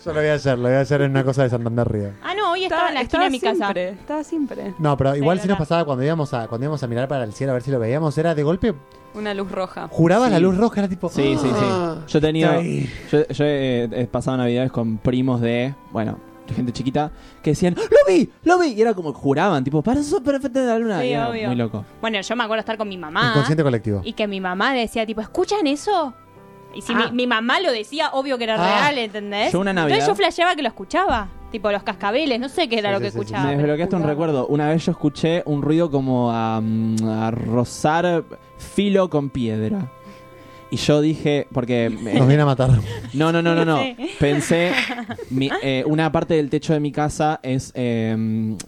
Yo lo voy a hacer, lo voy a hacer en una cosa de Santander Río. Ah, no, hoy estaba en la esquina de mi casa. siempre, Estaba siempre. No, pero igual Pero si nos no. pasaba cuando íbamos a cuando íbamos a mirar para el cielo a ver si lo veíamos, era de golpe Una luz roja. Jurabas Sí. la luz roja, era tipo. Sí, sí, "Ah". sí. Yo he tenido. Ay. Yo, yo he, he pasado navidades con primos de. Bueno, de gente chiquita. Que decían, ¡Lo vi! ¡Lo vi! Y era como que juraban, tipo, para eso perfecto de la luna. Sí, Y era obvio. muy loco. Bueno, yo me acuerdo estar con mi mamá. Ah. Inconsciente colectivo. Ah. Y que mi mamá decía, tipo, ¿escuchan eso? Y si mi, mi mamá lo decía, obvio que era Ah. real, ¿entendés? Yo una Navidad- Entonces yo flasheaba que lo escuchaba. Tipo, los cascabeles, no sé qué era Sí, lo sí, que sí, sí. escuchaba. Me desbloqueaste un recuerdo. Una vez yo escuché un ruido como a, mm, a rozar filo con piedra. Y yo dije, porque. Nos viene a matar. No, no, no, no, no. Sí. Pensé, mi- eh, una parte del techo de mi casa es, eh,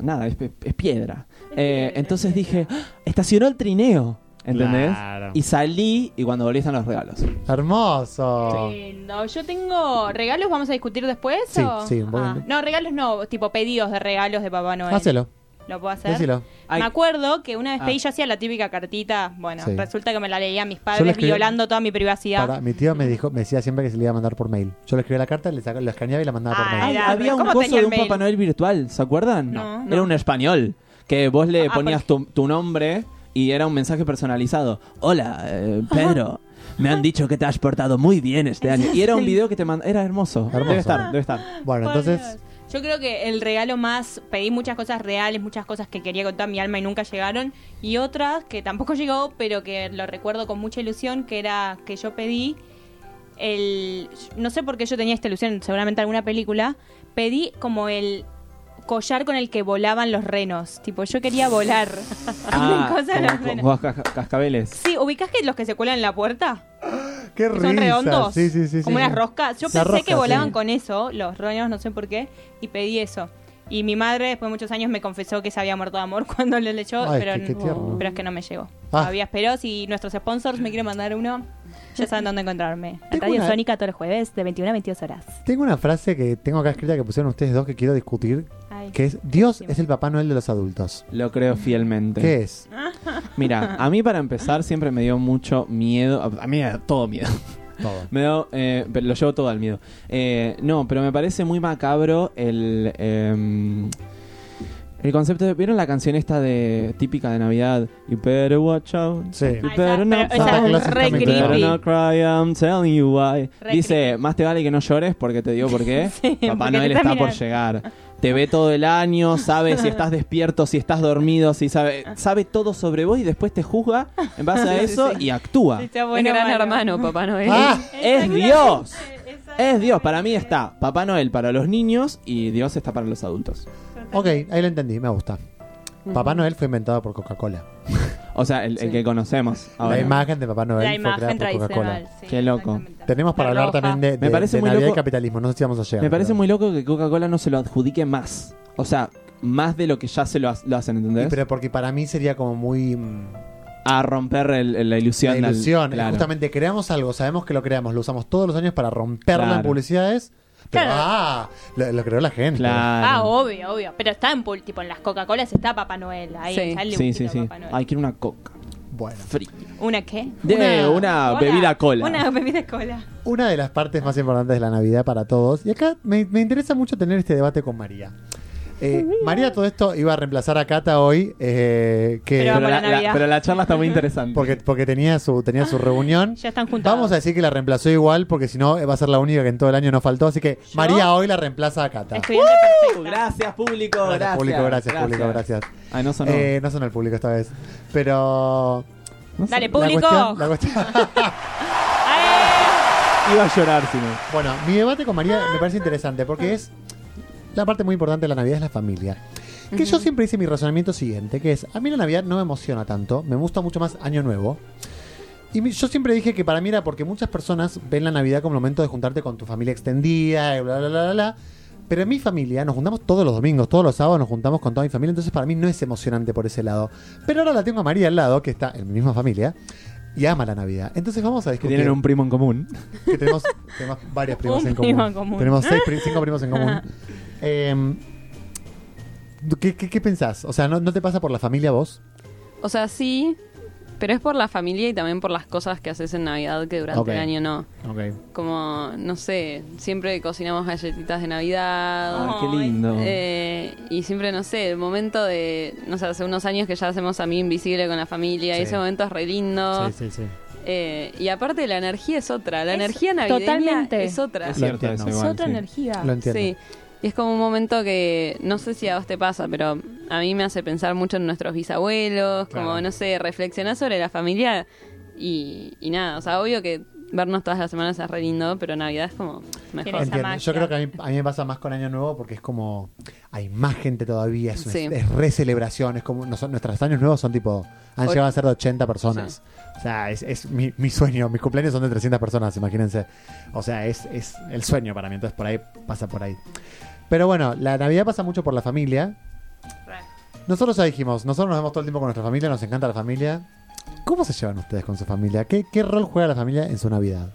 nada, es, es piedra. Eh, entonces dije, ¡Ah! estacionó el trineo, ¿entendés? Claro. Y salí y cuando volví están los regalos. Hermoso. Lindo. Yo tengo regalos, vamos a discutir después. Oh. Sí, o? sí, voy Ah, a- No, regalos no, tipo pedidos de regalos de Papá Noel. Hácelo. ¿Lo puedo hacer? Decilo. Ay. Me acuerdo que una vez Ah. pedí, yo hacía la típica cartita. Bueno, Sí. resulta que me la leían mis Yo le padres escribí- violando toda mi privacidad. Para, mi tío me dijo, me decía siempre que se le iba a mandar por mail. Yo le escribía la carta, le sacaba, lo escaneaba y la mandaba por Ay, mail. Ay, Era- había un ¿cómo coso tenía de el un mail? Papá Noel virtual, ¿se acuerdan? No. Era un español que vos le Ah, ponías tu, tu nombre y era un mensaje personalizado. Hola, eh, Pedro. Me han dicho que te has portado muy bien este año. Y era un video que te mandaba. Era hermoso. Hermoso. Debe estar, debe estar. Bueno, Por entonces, Dios. Yo creo que el regalo más. Pedí muchas cosas reales, muchas cosas que quería contar mi alma y nunca llegaron. Y otras que tampoco llegó, pero que lo recuerdo con mucha ilusión, que era que yo pedí. El, no sé por qué yo tenía esta ilusión, seguramente alguna película. Pedí como el collar con el que volaban los renos. Tipo, yo quería volar. Ah, Cosa de los como- renos. como casca- cascabeles. Sí, ubicás que los que se cuelan en la puerta, Qué que risa. son redondos, Sí, sí, sí. como sí. unas roscas. Yo La pensé que rosca, volaban sí. con eso, los renos, no sé por qué, y pedí eso. Y mi madre, después de muchos años, me confesó que se había muerto de amor cuando lo leyó, Ay, pero, qué- qué no- tierno. pero es que no me llegó. Ah. Todavía espero. Si nuestros sponsors me quieren mandar uno, ya saben dónde encontrarme. Tengo Radio una- Sónica todos los jueves, de 21 a 22 horas. Tengo una frase que tengo acá escrita que pusieron ustedes dos que quiero discutir, Ay. que es Dios es el Papá Noel de los adultos. Lo creo fielmente. ¿Qué es? Ah. Mira, a mí para empezar siempre me dio mucho miedo. A mí me da todo miedo. Todo. Me da, eh, pero lo llevo todo al miedo. Eh, no, pero me parece muy macabro el. em, el concepto de. ¿Vieron la canción esta de típica de Navidad? You better watch out. Sí. You Ah, better esa- not pero esa cry. es You re better creepy. not cry, I'm telling you why. Re Dice, más te vale que no llores porque te digo por qué. Sí, Papá porque te Noel está está por mirando. llegar. Te ve todo el año, sabe si estás despierto, si estás dormido, si sabe, sabe todo sobre vos y después te juzga en base a eso y actúa. Está Un bueno, gran bueno. hermano, papá Noel. ¡Ah! Es Exactamente, Dios. Es exactamente. Dios. Para mí está Papá Noel para los niños y Dios está para los adultos. Ok, ahí lo entendí, me gusta. Papá Noel fue inventado por Coca-Cola. O sea, el, el Sí. que conocemos Ah, La ahora. imagen de Papá Noel La fue imagen creada por Coca-Cola. tradicional. sí, Qué loco. exactamente. Tenemos para La hablar roja. también de, de, Me parece de muy Navidad y loco- capitalismo. No sé si vamos a llegar. Me parece pero- muy loco que Coca-Cola no se lo adjudique más. O sea, más de lo que ya se lo, ha- lo hacen, Y ¿entendés? Pero porque para mí sería como muy... mm, A romper el- el- la ilusión. la al- ilusión. claro. Justamente creamos algo, sabemos que lo creamos, lo usamos todos los años para romperla en Claro. publicidades. Pero, Claro. ah, lo, lo creó la gente. Claro. Ah, obvio, obvio. Pero está en pul- tipo en las Coca-Colas está Papá Noel. Ahí Sí. sale un Sí, sí, poquito sí. Papá Noel. Ay, quiero una coca. Bueno, Fría. ¿Una qué? De una, Hola. bebida cola. Eh, Una bebida cola. una de las partes más importantes de la Navidad para todos. Y acá me, me interesa mucho tener este debate con María. Eh, María, todo esto iba a reemplazar a Cata hoy, eh, que Pero- Pero, Vamos a la, la Navidad. la- pero la charla está muy interesante. porque, porque tenía su tenía su reunión. Ya están juntados. Vamos a decir que la reemplazó igual, porque si no eh, va a ser la única que en todo el año no faltó. Así que María hoy la reemplaza a Cata. Estudiante Uh, perfecta. Gracias, público. Gracias, Gracias, público, gracias, público, gracias. Ay, no sonó. Eh, no son el público esta vez. Pero. No sonó. Dale, la público. cuestión- la cuestión- ¡Ay! Iba a llorar, si no. bueno, mi debate con María me parece interesante porque es. La parte muy importante de la Navidad es la familia. Que yo siempre hice mi razonamiento siguiente: que es, a mí la Navidad no me emociona tanto, me gusta mucho más Año Nuevo. Y mi- yo siempre dije que para mí era porque muchas personas ven la Navidad como el momento de juntarte con tu familia extendida, y bla, bla, bla, bla, bla. Pero en mi familia nos juntamos todos los domingos, todos los sábados nos juntamos con toda mi familia, entonces para mí no es emocionante por ese lado. Pero ahora la tengo a María al lado, que está en mi misma familia, y ama la Navidad. Entonces vamos a Que discutir tienen un primo en común. que tenemos, tenemos varios primos Un en común. primo en común. Tenemos seis, pri- cinco primos en común. Em, ¿qué, qué, qué pensás? O sea, ¿no, no te pasa por la familia vos? O sea, sí, pero es por la familia y también por las cosas que haces en Navidad que durante Ok. el año no. Ok. Como, no sé, siempre cocinamos galletitas de Navidad. Ay, Ah, qué lindo. eh, y siempre, no sé, el momento de, no sé, hace unos años que ya hacemos a mí invisible con la familia Sí. y ese momento es re lindo. Ah, Sí, sí, sí. Eh, y aparte la energía es otra, la Es energía navideña totalmente. es otra. Es Lo cierto, entiendo. eso Es igual, otra sí. energía. Lo entiendo. Sí, y es como un momento que no sé si a vos te pasa, pero a mí me hace pensar mucho en nuestros bisabuelos, como, no sé, reflexionar sobre la familia y, y nada, o sea, obvio que vernos todas las semanas es re lindo, pero Navidad es como mejor. Esa Entiendo. Yo magia. creo que a mí, a mí me pasa más con Año Nuevo porque es como hay más gente todavía, es, una- Sí. es re celebración, es como nos- nuestras Años Nuevos son tipo, han Ocho. llegado a ser de 80 personas. O sea, es, es mi, mi sueño, mis cumpleaños son de 300 personas, imagínense. O sea, es, es el sueño para mí, entonces por ahí pasa por ahí. Pero bueno, la Navidad pasa mucho por la familia. Nosotros ya dijimos, nosotros nos vemos todo el tiempo con nuestra familia, nos encanta la familia. ¿Cómo se llevan ustedes con su familia? ¿Qué, qué rol juega la familia en su Navidad?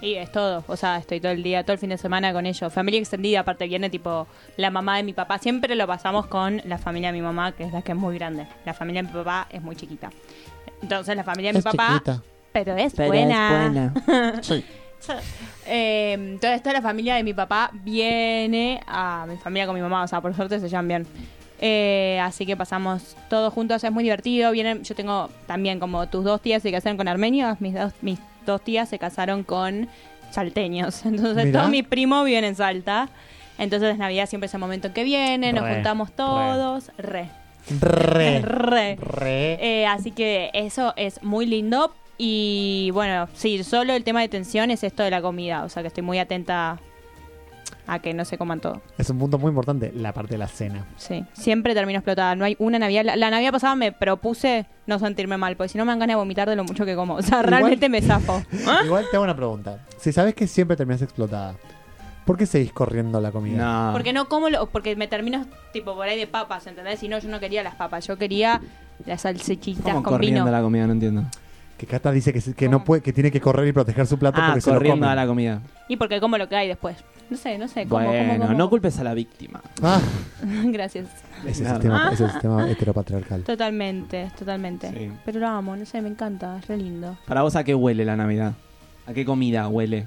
Y es todo. O sea, estoy todo el día, todo el fin de semana con ellos. Familia extendida, aparte viene tipo la mamá de mi papá. Siempre lo pasamos con la familia de mi mamá, que es la que es muy grande. La familia de mi papá es muy chiquita. Entonces la familia de Es mi papá... chiquita. Pero es Pero buena. es buena. Eh, entonces toda la familia de mi papá viene a mi familia con mi mamá, o sea, por suerte se llevan bien. Eh, así que pasamos todos juntos, es muy divertido. Vienen, yo tengo también como tus dos tías se casaron con armenios, mis dos, mis dos tías se casaron con salteños. Entonces Mirá. todos mis primos viven en Salta. Entonces Navidad siempre es el momento en que vienen, nos Re, juntamos re. todos, re. Re. Re. Re. Eh, así que eso es muy lindo. Y bueno, sí, solo el tema de tensión es esto de la comida. O sea que estoy muy atenta a que no se coman todo. Es un punto muy importante, la parte de la cena. Sí, siempre termino explotada. No hay una Navidad. La, la Navidad pasada me propuse no sentirme mal, porque si no me dan ganas de vomitar de lo mucho que como. O sea, Igual- realmente me zafo. ¿Ah? Igual te hago una pregunta. Si sabes que siempre terminas explotada, ¿por qué seguís corriendo la comida? No. Porque no como lo, porque me termino tipo por ahí de papas, ¿entendés? Y no, yo no quería las papas, yo quería las salsichitas ¿Cómo con corriendo vino. a la comida? No entiendo. Que Cata dice que, se- que no puede, que tiene que correr y proteger su plato Ah, porque se lo corriendo comen. a la comida. Y porque como lo que hay después. No sé, no sé. Como, bueno, como, como. no culpes a la víctima. Ah, Gracias. ese Nada. sistema, ese Ah. sistema heteropatriarcal. Totalmente, totalmente. Sí. Pero lo amo, no sé, me encanta, es re lindo. Para vos, ¿a qué huele la Navidad? ¿A qué comida huele?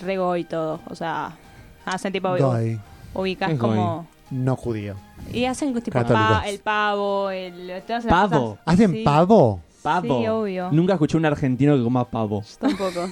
Rego y todo, o sea, hacen tipo Doy, ubicas Es como no judío. y hacen tipo Católicos. pa- el pavo, el todas esas Pavo. cosas. ¿Hacen Sí. pavo? Pavo. Sí, obvio. Nunca escuché a un argentino que coma pavo. Tampoco.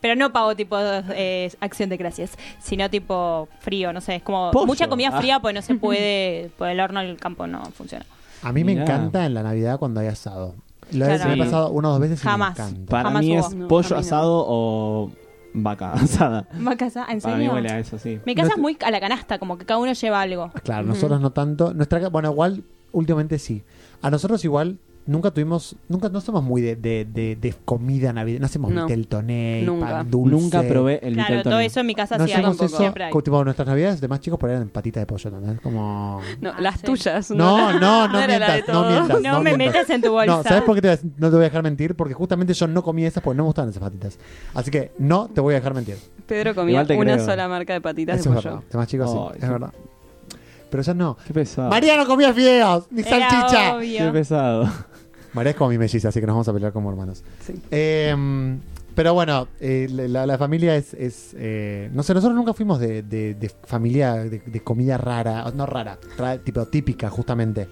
Pero no pavo tipo eh, acción de gracias, sino tipo frío, no sé, es como Pollo. mucha comida Ah. fría pues no se puede, por el horno el campo no funciona. A mí me Mirá. encanta en la Navidad cuando hay asado. Lo he, Claro. me he Sí. pasado una o dos veces y Jamás. me encanta. Para Jamás mí hubo. es No, a mí pollo no. asado o vaca asada. ¿Me casa? ¿En Para mí serio? huele a eso, sí. Mi casa No es te- muy a la canasta, como que cada uno lleva algo. Ah, Mm. Claro, nosotros no tanto. Nuestra ca- bueno, igual últimamente sí. A nosotros igual nunca tuvimos, nunca no somos muy de, de, de- de comida navideña. No hacemos No. vitel toné, Nunca. pan dulce. Nunca probé el Claro, Vitel todo Tonic. eso en mi casa No sí hay, hacemos tampoco. eso. siempre hay. co- tipo, nuestras navidades de más chicos por ahí eran patita de pollo, ¿entendés? Como No, Ah, las sí. tuyas. no, no, No no era la de mientas, no todo. mientas. No me mientas. metas en tu bolsa. No, ¿sabes por qué te, voy a- no te voy a dejar mentir? Porque justamente yo no comí esas porque no me gustaban esas patitas. Así que no te voy a dejar mentir. Pedro comía Igual te una creo. sola marca de patitas Eso de es pollo. verdad. De más chicos sí, Ay, es sí. Ah. verdad. Pero ya no. Qué pesado. María no comía fideos, ni Era salchicha. Qué obvio. pesado. María es como mi melliza, así que nos vamos a pelear como hermanos. Sí. Eh, pero bueno, eh, la, la familia es... es, eh, no sé, nosotros nunca fuimos de, de- de familia de, de comida rara, no rara, rara, tipo típica justamente.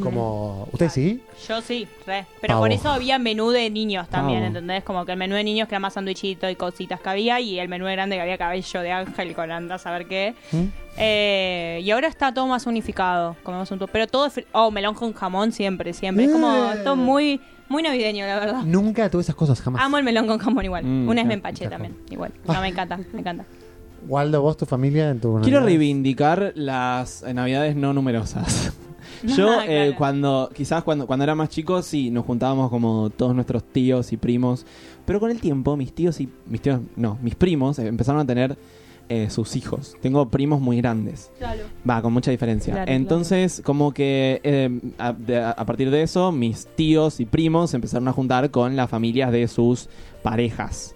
Como... ¿Ustedes sí? Yo sí, re. Pero Pavo. por eso había menú de niños también, Pavo. ¿entendés? Como que el menú de niños que era más sandwichito y cositas que había y el menú de grande que había cabello de ángel con anda a saber qué. ¿Mm? Eh, y ahora está todo más unificado. Comemos un to- Pero todo es fri- Oh, melón con jamón siempre, siempre. Es como Eh. todo muy, muy navideño, la verdad. Nunca tuve esas cosas jamás. Ah. Amo el melón con jamón igual. Mm, Una vez me claro, empaché claro. también, igual. No, me encanta, me encanta. Waldo, vos, tu familia, en tu... Quiero Navidad. reivindicar las eh, navidades no numerosas. Yo, Ah, eh, claro. cuando, quizás cuando, cuando era más chico, sí, nos juntábamos como todos nuestros tíos y primos. Pero con el tiempo, mis tíos y. Mis tíos, no, mis primos eh, empezaron a tener eh, sus hijos. Tengo primos muy grandes. Va, con mucha diferencia. Claro, Entonces, como que eh, a, de- a partir de eso, mis tíos y primos se empezaron a juntar con las familias de sus parejas.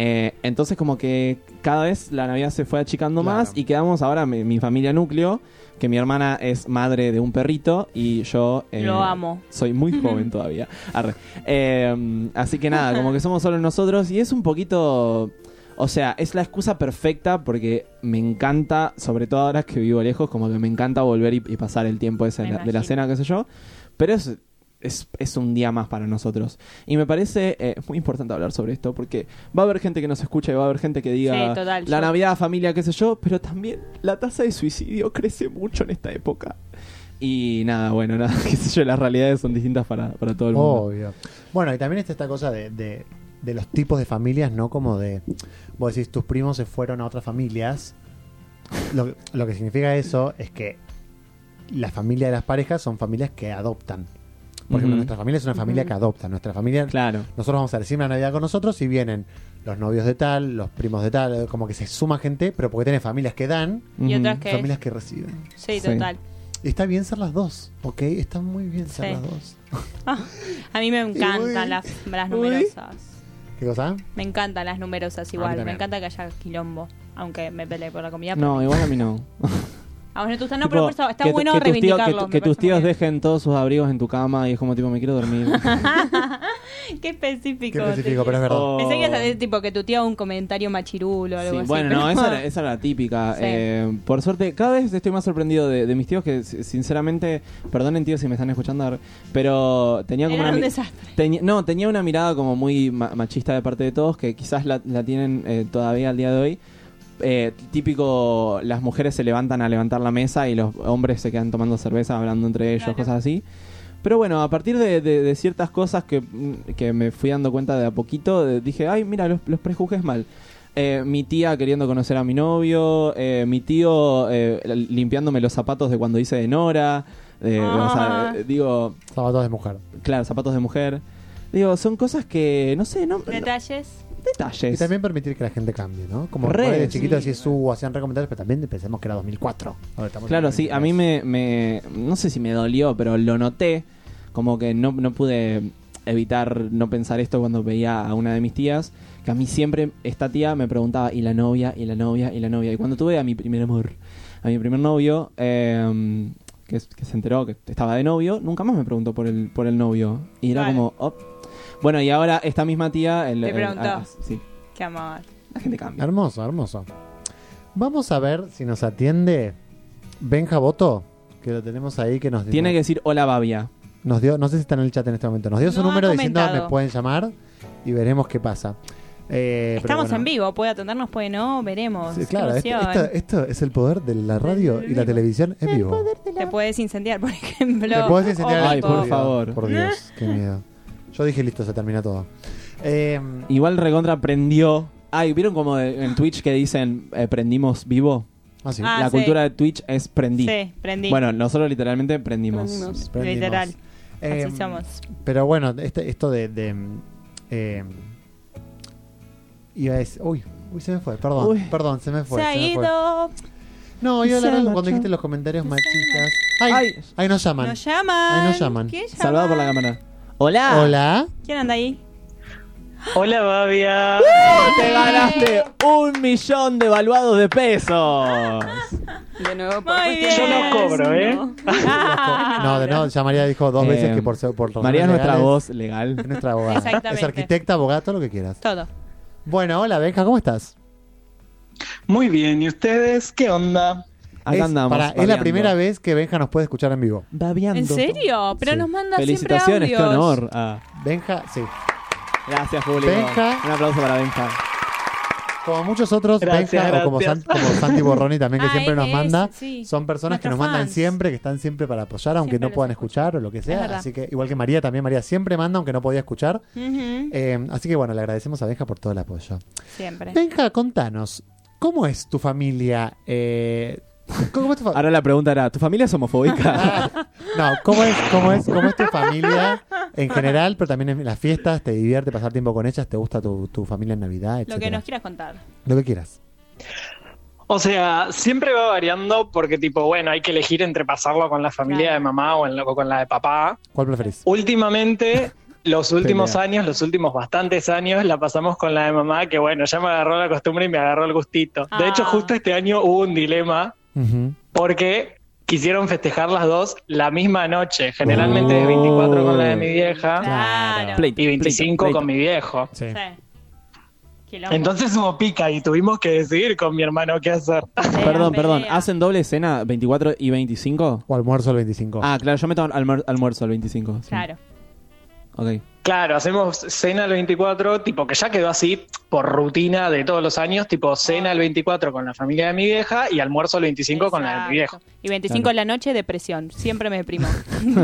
Eh, entonces, como que cada vez la Navidad se fue achicando Claro. más y quedamos ahora mi, mi familia núcleo, que mi hermana es madre de un perrito y yo... eh, Lo amo. Soy muy joven todavía. Arre. Eh, así que nada, como que somos solo nosotros y es un poquito... O sea, es la excusa perfecta porque me encanta, sobre todo ahora que vivo lejos, como que me encanta volver y, y pasar el tiempo ese Me de la, de la imagino. cena, qué sé yo. Pero es, es, es un día más para nosotros. Y me parece eh, muy importante hablar sobre esto porque va a haber gente que nos escucha y va a haber gente que diga Sí, total, la yo- Navidad, familia, qué sé yo. Pero también la tasa de suicidio crece mucho en esta época. Y nada, bueno, nada, qué sé yo, las realidades son distintas para, para todo el mundo. Obvio. Bueno, y también está esta cosa de, de- de los tipos de familias, ¿no? Como de, vos decís, tus primos se fueron a otras familias. Lo, lo que significa eso es que la familia de las parejas son familias que adoptan. Por ejemplo, Ujú. nuestra familia es una familia que adopta. Nuestra familia, Claro. nosotros vamos a decir una Navidad con nosotros y vienen los novios de tal, los primos de tal, como que se suma gente, pero porque tienen familias que dan, Y Ujú. otras que. familias que reciben. Sí. Sí, total. Y Está bien ser las dos, ¿ok? Está muy bien ser Sí. las dos. A mí me encantan Uy. las, las Uy. numerosas. ¿Qué cosa? Me encantan las numerosas igual. Me también. encanta que haya quilombo. Aunque me peleé por la comida. pero- No, igual a mí no. A vos no te gusta, no, Tipo, pero por eso está que tu- bueno que tus tíos- que reivindicarlo. tu- me que tus parece muy tíos bien. dejen todos sus abrigos en tu cama y es como tipo, me quiero dormir. Qué específico. Qué específico, te- pero es verdad. Oh. Pensé que ibas a decir, tipo que tu tía un comentario machirulo o algo Sí, así. bueno, pero- no, esa era, esa era la típica. Sí. Eh, por suerte, cada vez estoy más sorprendido de, de mis tíos que, si- sinceramente, perdonen tíos si me están escuchando, pero tenía como Era una un mi- desastre. Teñi- no, tenía una mirada como muy ma- machista de parte de todos, que quizás la, la tienen eh, todavía al día de hoy. Eh, típico, las mujeres se levantan a levantar la mesa y los hombres se quedan tomando cerveza, hablando entre ellos, Claro. cosas así. Pero bueno, a partir de, de- de ciertas cosas que, que me fui dando cuenta de a poquito, de- dije, ay, mira, los, los prejuzgues mal. eh, mi tía queriendo conocer a mi novio, eh, mi tío eh, limpiándome los zapatos de cuando hice de Nora. eh, o sea, Ah. eh, digo, Zapatos de mujer. claro, zapatos de mujer. Digo, son cosas que, no sé, no, no- Detalles. Y detalles. también permitir que la gente cambie, ¿no? Como Re, re, de chiquito sí. así su, hacían recomendarios, pero también pensemos que era 2004. Ahora estamos en Claro, sí, a mí me, me- No sé si me dolió, pero lo noté. Como que no, no pude evitar no pensar esto cuando veía a una de mis tías. Que a mí siempre esta tía me preguntaba, ¿y la novia? ¿y la novia? ¿y la novia? Y cuando tuve a mi primer amor, a mi primer novio, eh, que, es- que se enteró que estaba de novio, nunca más me preguntó por el, por el novio. Y era Claro. como. "Oh". Bueno, y ahora esta misma tía. el- Te el- preguntó. ah, sí, Qué amor. la gente cambia. Hermoso, hermoso. Vamos a ver si nos atiende Benja Boto, que lo tenemos ahí, que nos dio, Tiene que decir hola, babia. nos dio, no sé si está en el chat en este momento, nos dio su No ha número diciendo comentado. me pueden llamar y veremos qué pasa. Eh, pero Estamos bueno. en vivo, puede atendernos, puede no, veremos. Sí, Qué claro, esto, emoción. esto- esto es el poder de la radio y la televisión en vivo. Te puedes incendiar, por ejemplo. ¿Me puedes enseñar O Ay, el- por Dios, favor. Por Dios, qué miedo. Yo dije listo, se termina todo. Eh, Igual recontra prendió. Ay, ¿vieron como en Twitch que dicen eh, prendimos vivo? ah, sí. Ah, la sí. cultura de Twitch es prendí. Sí, prendí. Bueno, nosotros literalmente prendimos. Prendimos. Prendimos. literal. Eh, Así somos. Pero bueno, este- esto de. de, mm, eh, iba a decir- Uy, uy, se me fue, perdón. Uy. Perdón, se me fue. Se ha se me fue. ido, No, iba a Se hablar algo marchó. cuando dijiste los comentarios Se machistas. Ay, Ay. ahí nos llaman. nos llaman. Ahí nos llaman. ¿Qué llaman? Salvado por la cámara. ¡Hola! Hola. ¿Quién anda ahí? Hola, Babia. ¡Te ganaste un millón de valuados de pesos! De nuevo, por Muy bien. cuestiones- Yo no cobro, ¿eh? No. Ah, No, de nuevo, ya María dijo dos veces Eh, que por, se- por razones María es nuestra legales- voz Es legal. nuestra abogada. Exactamente. Es arquitecta, abogada, todo lo que quieras. Todo. Bueno, hola, Benja, ¿cómo estás? Muy bien, ¿y ustedes qué onda? Acá Es- andamos. pará, es la babeando. primera vez que Benja nos puede escuchar en vivo. Babeando. ¿En serio? Pero Sí. nos manda siempre Felicitaciones, qué audios. honor. Ah, Benja, sí. Gracias, público. Benja. Un aplauso para Benja. Como muchos otros, Gracias, Benja, o como, gracias. San- como Santi Borroni también, que Ah, siempre él nos es, manda, sí. son personas que Nuestros nos mandan fans. siempre, que están siempre para apoyar, aunque Siempre no los puedan escuchan. escuchar o lo que sea. verdad. Así que, igual que María también, María siempre manda, aunque no podía escuchar. Ujú, Eh, así que bueno, le agradecemos a Benja por todo el apoyo. Siempre. Benja, contanos, ¿cómo es tu familia? Eh, ¿Cómo es tu familia? Ahora la pregunta era, ¿tu familia es homofóbica? No, ¿cómo es, cómo, es, ¿cómo es tu familia en general? Pero también en las fiestas, ¿te divierte pasar tiempo con ellas? ¿Te gusta tu, tu familia en Navidad? Lo que etcétera? nos quieras contar. Lo que quieras. O sea, siempre va variando porque, tipo, bueno, hay que elegir entre pasarlo con la familia Claro. de mamá o, en la- o con la de papá. ¿Cuál preferís? Últimamente, los últimos Pelea. años, los últimos bastantes años, la pasamos con la de mamá, que bueno, ya me agarró la costumbre y me agarró el gustito. De hecho, Ah. justo este año hubo un dilema Ujú. porque quisieron festejar las dos la misma noche. Generalmente es 24 con la de mi vieja Claro. y 25 con mi viejo. Sí. Sí. Quilombo. Entonces hubo pica y tuvimos que decidir con mi hermano qué hacer. Pelea, Perdón, pelea. perdón. ¿Hacen doble escena 24 y 25? O almuerzo el 25. Ah, claro, yo meto almuer- almuerzo al 25. sí. Claro. Ok. Claro, hacemos cena el 24, tipo que ya quedó así por rutina de todos los años, tipo cena el 24 con la familia de mi vieja y almuerzo el 25 con la de mi viejo. Exacto. Y 25 Claro. en la noche, depresión. Siempre me deprimo.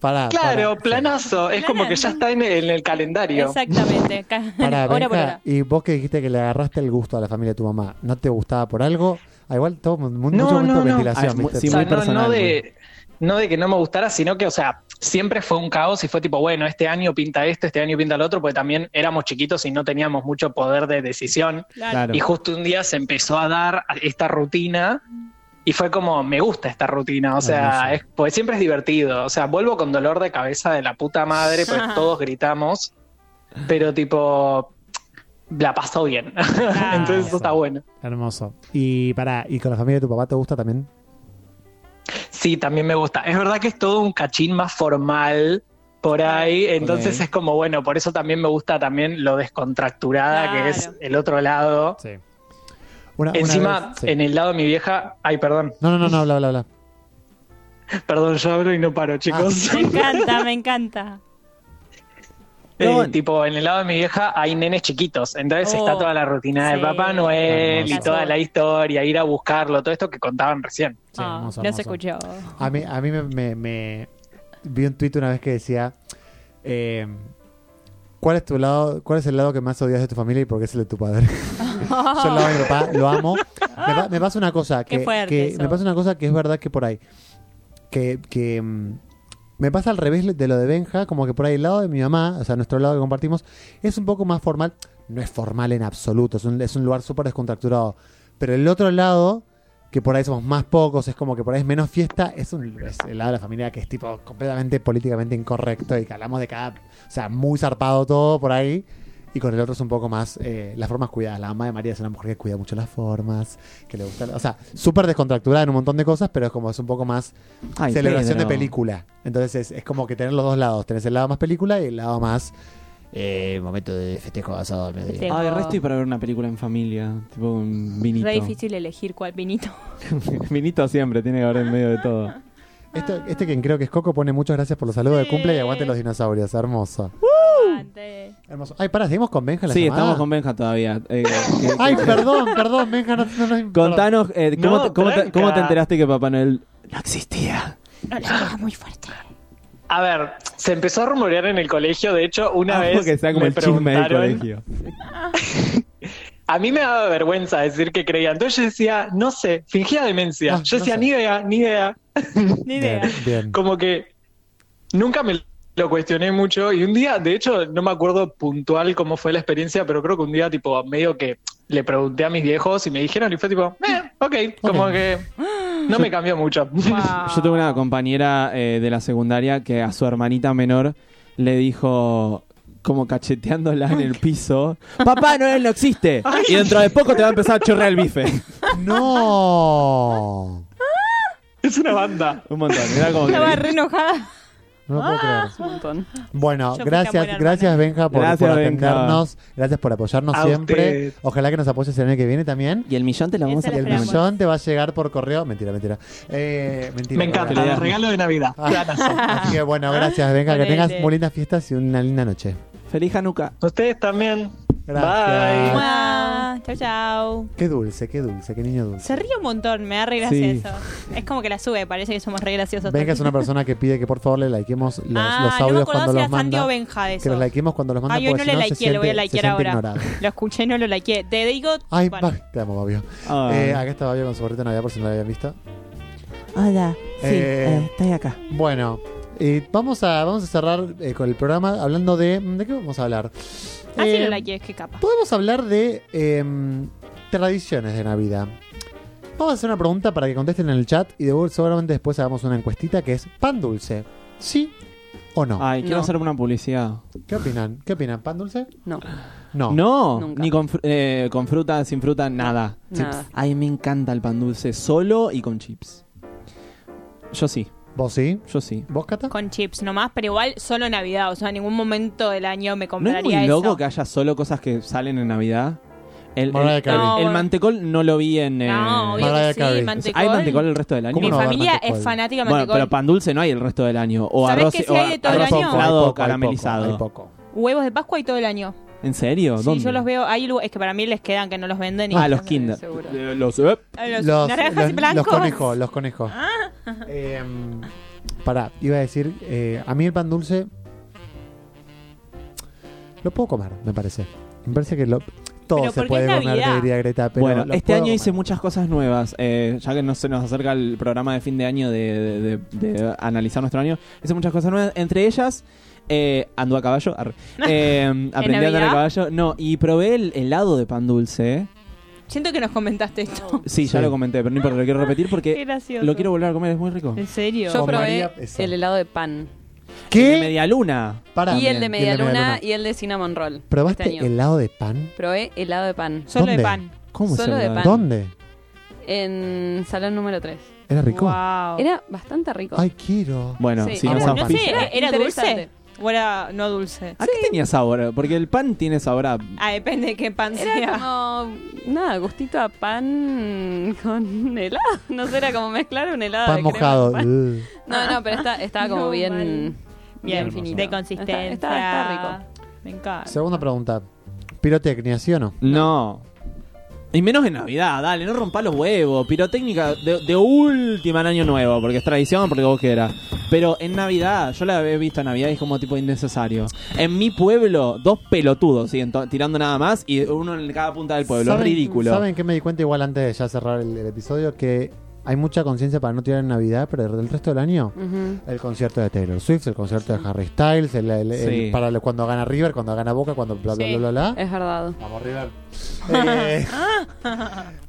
Pará, Claro, pará. planazo, es como que ya está en el, en el calendario. Exactamente. Ca- Pará, hora por Benja, hora. y vos que dijiste que le agarraste el gusto a la familia de tu mamá, ¿no te gustaba por algo? Ah, igual todo mu- mucho No, momento no, de no. ventilación, Ah, es mu- ¿viste? sí, O sea, muy no, personal, no de, no de que no me gustara, sino que, o sea, siempre fue un caos y fue tipo, bueno, este año pinta esto, este año pinta el otro, porque también éramos chiquitos y no teníamos mucho poder de decisión. Claro. Y justo un día se empezó a dar esta rutina y fue como, me gusta esta rutina, o sea, Hermoso. es, porque siempre es divertido. O sea, vuelvo con dolor de cabeza de la puta madre, pues todos gritamos, pero tipo, la pasó bien. Entonces eso está bueno. Hermoso. Y pará, ¿y con la familia de tu papá te gusta también? Sí, también me gusta. Es verdad que es todo un cachín más formal por ahí, entonces Ok. es como, bueno, por eso también me gusta también lo descontracturada Claro. que es el otro lado. Sí. Una, una Encima, vez- sí. en el lado de mi vieja, ay, perdón, No, no, no, no, habla, habla, habla. Ah, perdón, yo hablo y no paro, chicos. Me encanta, me encanta. Eh, No, bueno. tipo, en el lado de mi vieja hay nenes chiquitos, entonces Oh, está toda la rutina sí. de Papá Noel y Hermoso. toda la historia, ir a buscarlo, todo esto que contaban recién. Sí, Ah, hermoso, no se hermoso. escuchó. A mí, a mí me, me- me- vi un tuit una vez que decía eh, ¿Cuál es tu lado, cuál es el lado que más odias de tu familia y por qué es el de tu padre? Yo lo amo, a mi papá, lo amo. Me, pa- me pasa una cosa que, Qué fuerte que- eso. me pasa una cosa que es verdad que por ahí que, que, mm, me pasa al revés de lo de Benja, como que por ahí el lado de mi mamá, o sea, nuestro lado que compartimos es un poco más formal, no es formal en absoluto, es un, es un lugar súper descontracturado, pero el otro lado que por ahí somos más pocos, es como que por ahí es menos fiesta, es, un, es el lado de la familia que es tipo completamente políticamente incorrecto y que hablamos de cada, o sea, muy zarpado todo por ahí. Y con el otro es un poco más eh, las formas cuidadas. La mamá de María es una mujer que cuida mucho las formas, que le gusta. O sea, súper descontracturada en un montón de cosas, pero es como es un poco más Ay, celebración Pedro. de película. Entonces es, es como que tener los dos lados. Tenés el lado más película y el lado más eh, momento de festejo asado. al mediodía. Festejo. Ah, el resto y para ver una película en familia, tipo un vinito. Re difícil elegir cuál vinito. vinito siempre, tiene que haber en medio de todo. Esto- este quien creo que es Coco pone muchas gracias por los saludos de Sí. cumple y aguante los dinosaurios. Hermoso. Antes. Hermoso. Ay, pará, seguimos con Benja en la Sí, llamada? estamos con Benja todavía. Eh, que- Ay, que- perdón, perdón, Benja, no, no, no- perdón. Contanos, eh, ¿cómo, No, te, cómo te- tranca. cómo te enteraste que Papá Noel no existía? No le digas muy fuerte. A ver, se empezó a rumorear en el colegio, de hecho, una Amo vez que Ah, sea como me el chisme del preguntaron- colegio. A mí me daba vergüenza decir que creía. Entonces yo decía, no sé, fingía demencia. Ah, yo no decía, sé. ni idea, ni idea. Ni Bien, idea. bien. Como que nunca me lo cuestioné mucho. Y un día, de hecho, no me acuerdo puntual cómo fue la experiencia, pero creo que un día, tipo, medio que le pregunté a mis viejos y me dijeron, y fue tipo, eh, ok, como Ok. que no me cambió mucho. Yo tengo Ah. una compañera eh, de la secundaria que a su hermanita menor le dijo como cacheteándola en el piso, Papá Noel no existe. Y dentro de poco te va a empezar a chorrear el bife. No. es una banda. Un montón. Era como que- Estaba re enojada. No lo Ah. puedo creer. Un montón. Bueno, Yo fui tan buena gracias, hermana. gracias Benja por, Gracias, por Benja. atendernos, gracias por apoyarnos A siempre. usted. Ojalá que nos apoyes el año que viene también. Y el millón te lo vamos Esa a Y el la esperamos. millón te va a llegar por correo. Mentira, mentira. Eh, mentira Me perdón. encanta, el regalo de Navidad. Ah, así que bueno, gracias Benja, que Ponele. tengas muy lindas fiestas y una linda noche. Feliz Hanukkah. Ustedes también. Gracias. Bye. Mua. Chau, chau. Qué dulce, qué dulce, qué niño dulce. Se ríe un montón, me da re Sí. gracioso. Es como que la sube, parece que somos re graciosos. Benja es todos. una persona que pide que por favor le likeemos los, Ah, los no me audios acordaba cuando si los era Santi manda. o Benja de Que los eso. likeemos cuando los manda Ay, hoy porque no si le no se likeé, lo voy a siente- se likear siente ahora. ignorado. Lo escuché, no lo likeé. Te digo. Ay, bueno. va, te amo, Babio. Ah. Eh, acá está Babio con su gorrito de Navidad por si no lo habían visto. Hola. Sí, Eh, eh, estoy acá. Bueno, eh, vamos, a, vamos a cerrar eh, con el programa hablando de... mm, ¿De qué vamos a hablar? Ah, sí Eh, lo likeé, es que capa. Podemos hablar de em, tradiciones de Navidad. Vamos a hacer una pregunta para que contesten en el chat y de seguramente después hagamos una encuestita que es pan dulce. ¿Sí o no? Ay, quiero No. hacer una publicidad. ¿Qué opinan? ¿Qué opinan? ¿Pan dulce? No, No. No, Nunca. ni con, fr- eh, con fruta, sin fruta, nada. nada. Ay, me encanta el pan dulce solo y con chips. Yo sí, ¿Vos sí? yo sí. ¿Vos, Cata? Con chips nomás, pero igual solo en Navidad. O sea, en ningún momento del año me ¿No compraría es muy eso. loco que haya solo cosas que salen en Navidad? El, Mariah el- Carey. No, el bueno. mantecol no lo vi en... eh, No, obvio Mariah que Carey. sí, mantecol. ¿Hay mantecol el resto del año? ¿Cómo Mi no va a haber familia mantecol? es fanática de Bueno, mantecol. pero pan dulce no hay el resto del año. O ¿Sabés arroz, que sí o hay de todo el arroz año? inflado, poco, hay caramelizado. poco, hay poco. Huevos de Pascua y todo el año. ¿En serio? ¿Dónde? Sí, yo los veo. Hay lugares es que para mí les quedan que no los venden. y- Ah, los Kinder. Seguro. Eh, Los... eh, Ah, Los, Los, naranjas los- y blancos. Ah. los conejos, los conejos. Em, pará, iba a decir, eh, a mí el pan dulce lo puedo comer, me parece. Me parece que lo, todo Pero se porque puede es comer, Navidad. te diría Greta. Pero bueno, lo este puedo año comer. hice muchas cosas nuevas, eh, ya que no se nos acerca el programa de fin de año de, de- de analizar nuestro año, hice muchas cosas nuevas, entre ellas eh, ando a caballo, arre. Eh, aprendí a andar a Navidad? caballo, no, y probé el helado de pan dulce, Siento que nos comentaste esto. sí, ya Sí. lo comenté, pero no importa, lo quiero repetir Qué porque gracioso. lo quiero volver a comer, es muy rico. ¿En serio? Yo Con probé María, esa. el helado de pan. El de ¿Qué? media luna. Pará, y el de bien, medialuna y el de cinnamon roll. ¿Probaste este año. helado de pan? Probé helado de pan. Solo ¿Dónde? de pan. ¿Cómo Solo es de el helado? pan. ¿Dónde? En salón número 3. ¿Era rico? Wow. Era bastante rico. Ay, quiero. Bueno, Sí, si era- no Era- son Ah, no San sé, Juan. ¿era- ¿era dulce? Interesante. ¿O era no dulce? ¿A qué tenía sabor? Porque el pan tiene sabor a... Ah, depende de qué pan Era sea. como, nada, gustito a pan con helado. No sé, era como mezclar un helado. Pan de crema mojado. con pan. Ugh. No, no, pero está, estaba como No, bien, Bien, bien finito. de consistencia. Está, está- está rico. Me encanta. Segunda pregunta. Pirotecnia, ¿sí o no? No. Y menos en Navidad, dale, no rompa los huevos. Pirotécnica de, de última en Año Nuevo, porque es tradición, porque vos quieras. Pero en Navidad, yo la he visto en Navidad y es como tipo innecesario. En mi pueblo, dos pelotudos siguen to- tirando nada más y uno en cada punta del pueblo. ¿Saben- Ridículo. ¿Saben qué me di cuenta igual antes de ya cerrar el, el episodio? Que hay mucha conciencia para no tirar en Navidad, pero del resto del año. Ujú. El concierto de Taylor Swift, el concierto de Harry Styles, el, el- el- Sí. para lo- cuando gana River, cuando gana Boca, cuando bla bla Sí. bla bla bla. Es verdad. Vamos River. Eh,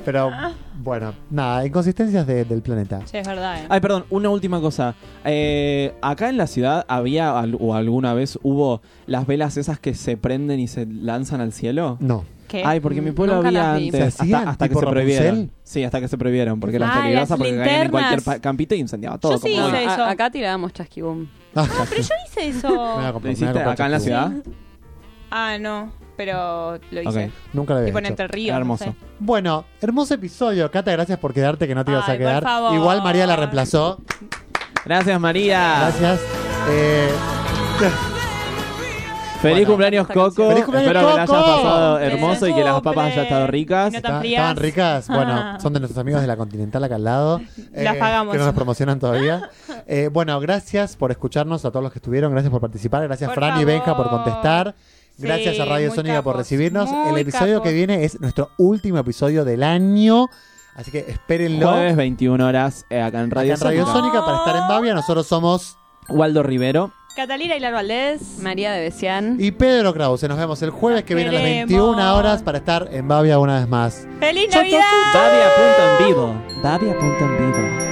pero bueno, nada, inconsistencias de- del planeta. Sí, es verdad. ¿eh? Ay, perdón, una última cosa. Eh, acá en la ciudad había, al- o alguna vez hubo, las velas esas que se prenden y se lanzan al cielo. No. ¿Qué? Ay, porque en mi pueblo Nunca había las vi. antes. ¿Se hasta- hacían? hasta que ¿Tipo se prohibieron. Rapunzel? Sí, hasta que se prohibieron, porque eran Ah, las peligrosas, porque caían en cualquier linternas. pa- campito y incendiaba todo. Yo sí como- hice a- eso. acá tirábamos chasquibum. Ah, Pero yo hice eso. me voy a comprar- ¿Lo me voy a hiciste comprar acá en la chaqueta. ciudad? Ah, no. Pero lo hice. Ok. Nunca la había Tipo en hecho. Entre Ríos. Hermoso. no sé. Bueno, hermoso episodio. Cata, gracias por quedarte, que no te ibas a Ay, por quedar. favor. Igual María la reemplazó. Gracias, María. Gracias. Eh, Feliz Bueno. cumpleaños, Coco. Feliz cumpleaños, Espero que la hayas Coco. pasado Cumpleaños, hermoso y que las papas hayan estado cumple. ricas. Y no Esta- frías. Estaban ricas. Bueno, son de nuestros amigos de la Continental acá al lado. Eh, Las pagamos. Que no nos promocionan todavía. Eh, bueno, gracias por escucharnos a todos los que estuvieron. Gracias por participar. Gracias Por Fran y favor. Benja por contestar. Sí, Gracias a Radio muy Sónica por capos, recibirnos. muy El episodio capos. que viene es nuestro último episodio del año. Así que espérenlo. Jueves 21 horas eh, acá en Acá Radio, en Radio Sónica. Sónica para estar en Babia. Nosotros somos. Waldo Rivero. Catalina Hilar Valdés. María de Besián. Y Pedro Krause. Nos vemos el jueves que viene a las Queremos. 21 horas para estar en Babia una vez más. ¡Feliz Chau, chau, Navidad! chau. Babia punto en vivo. Babia punto en vivo.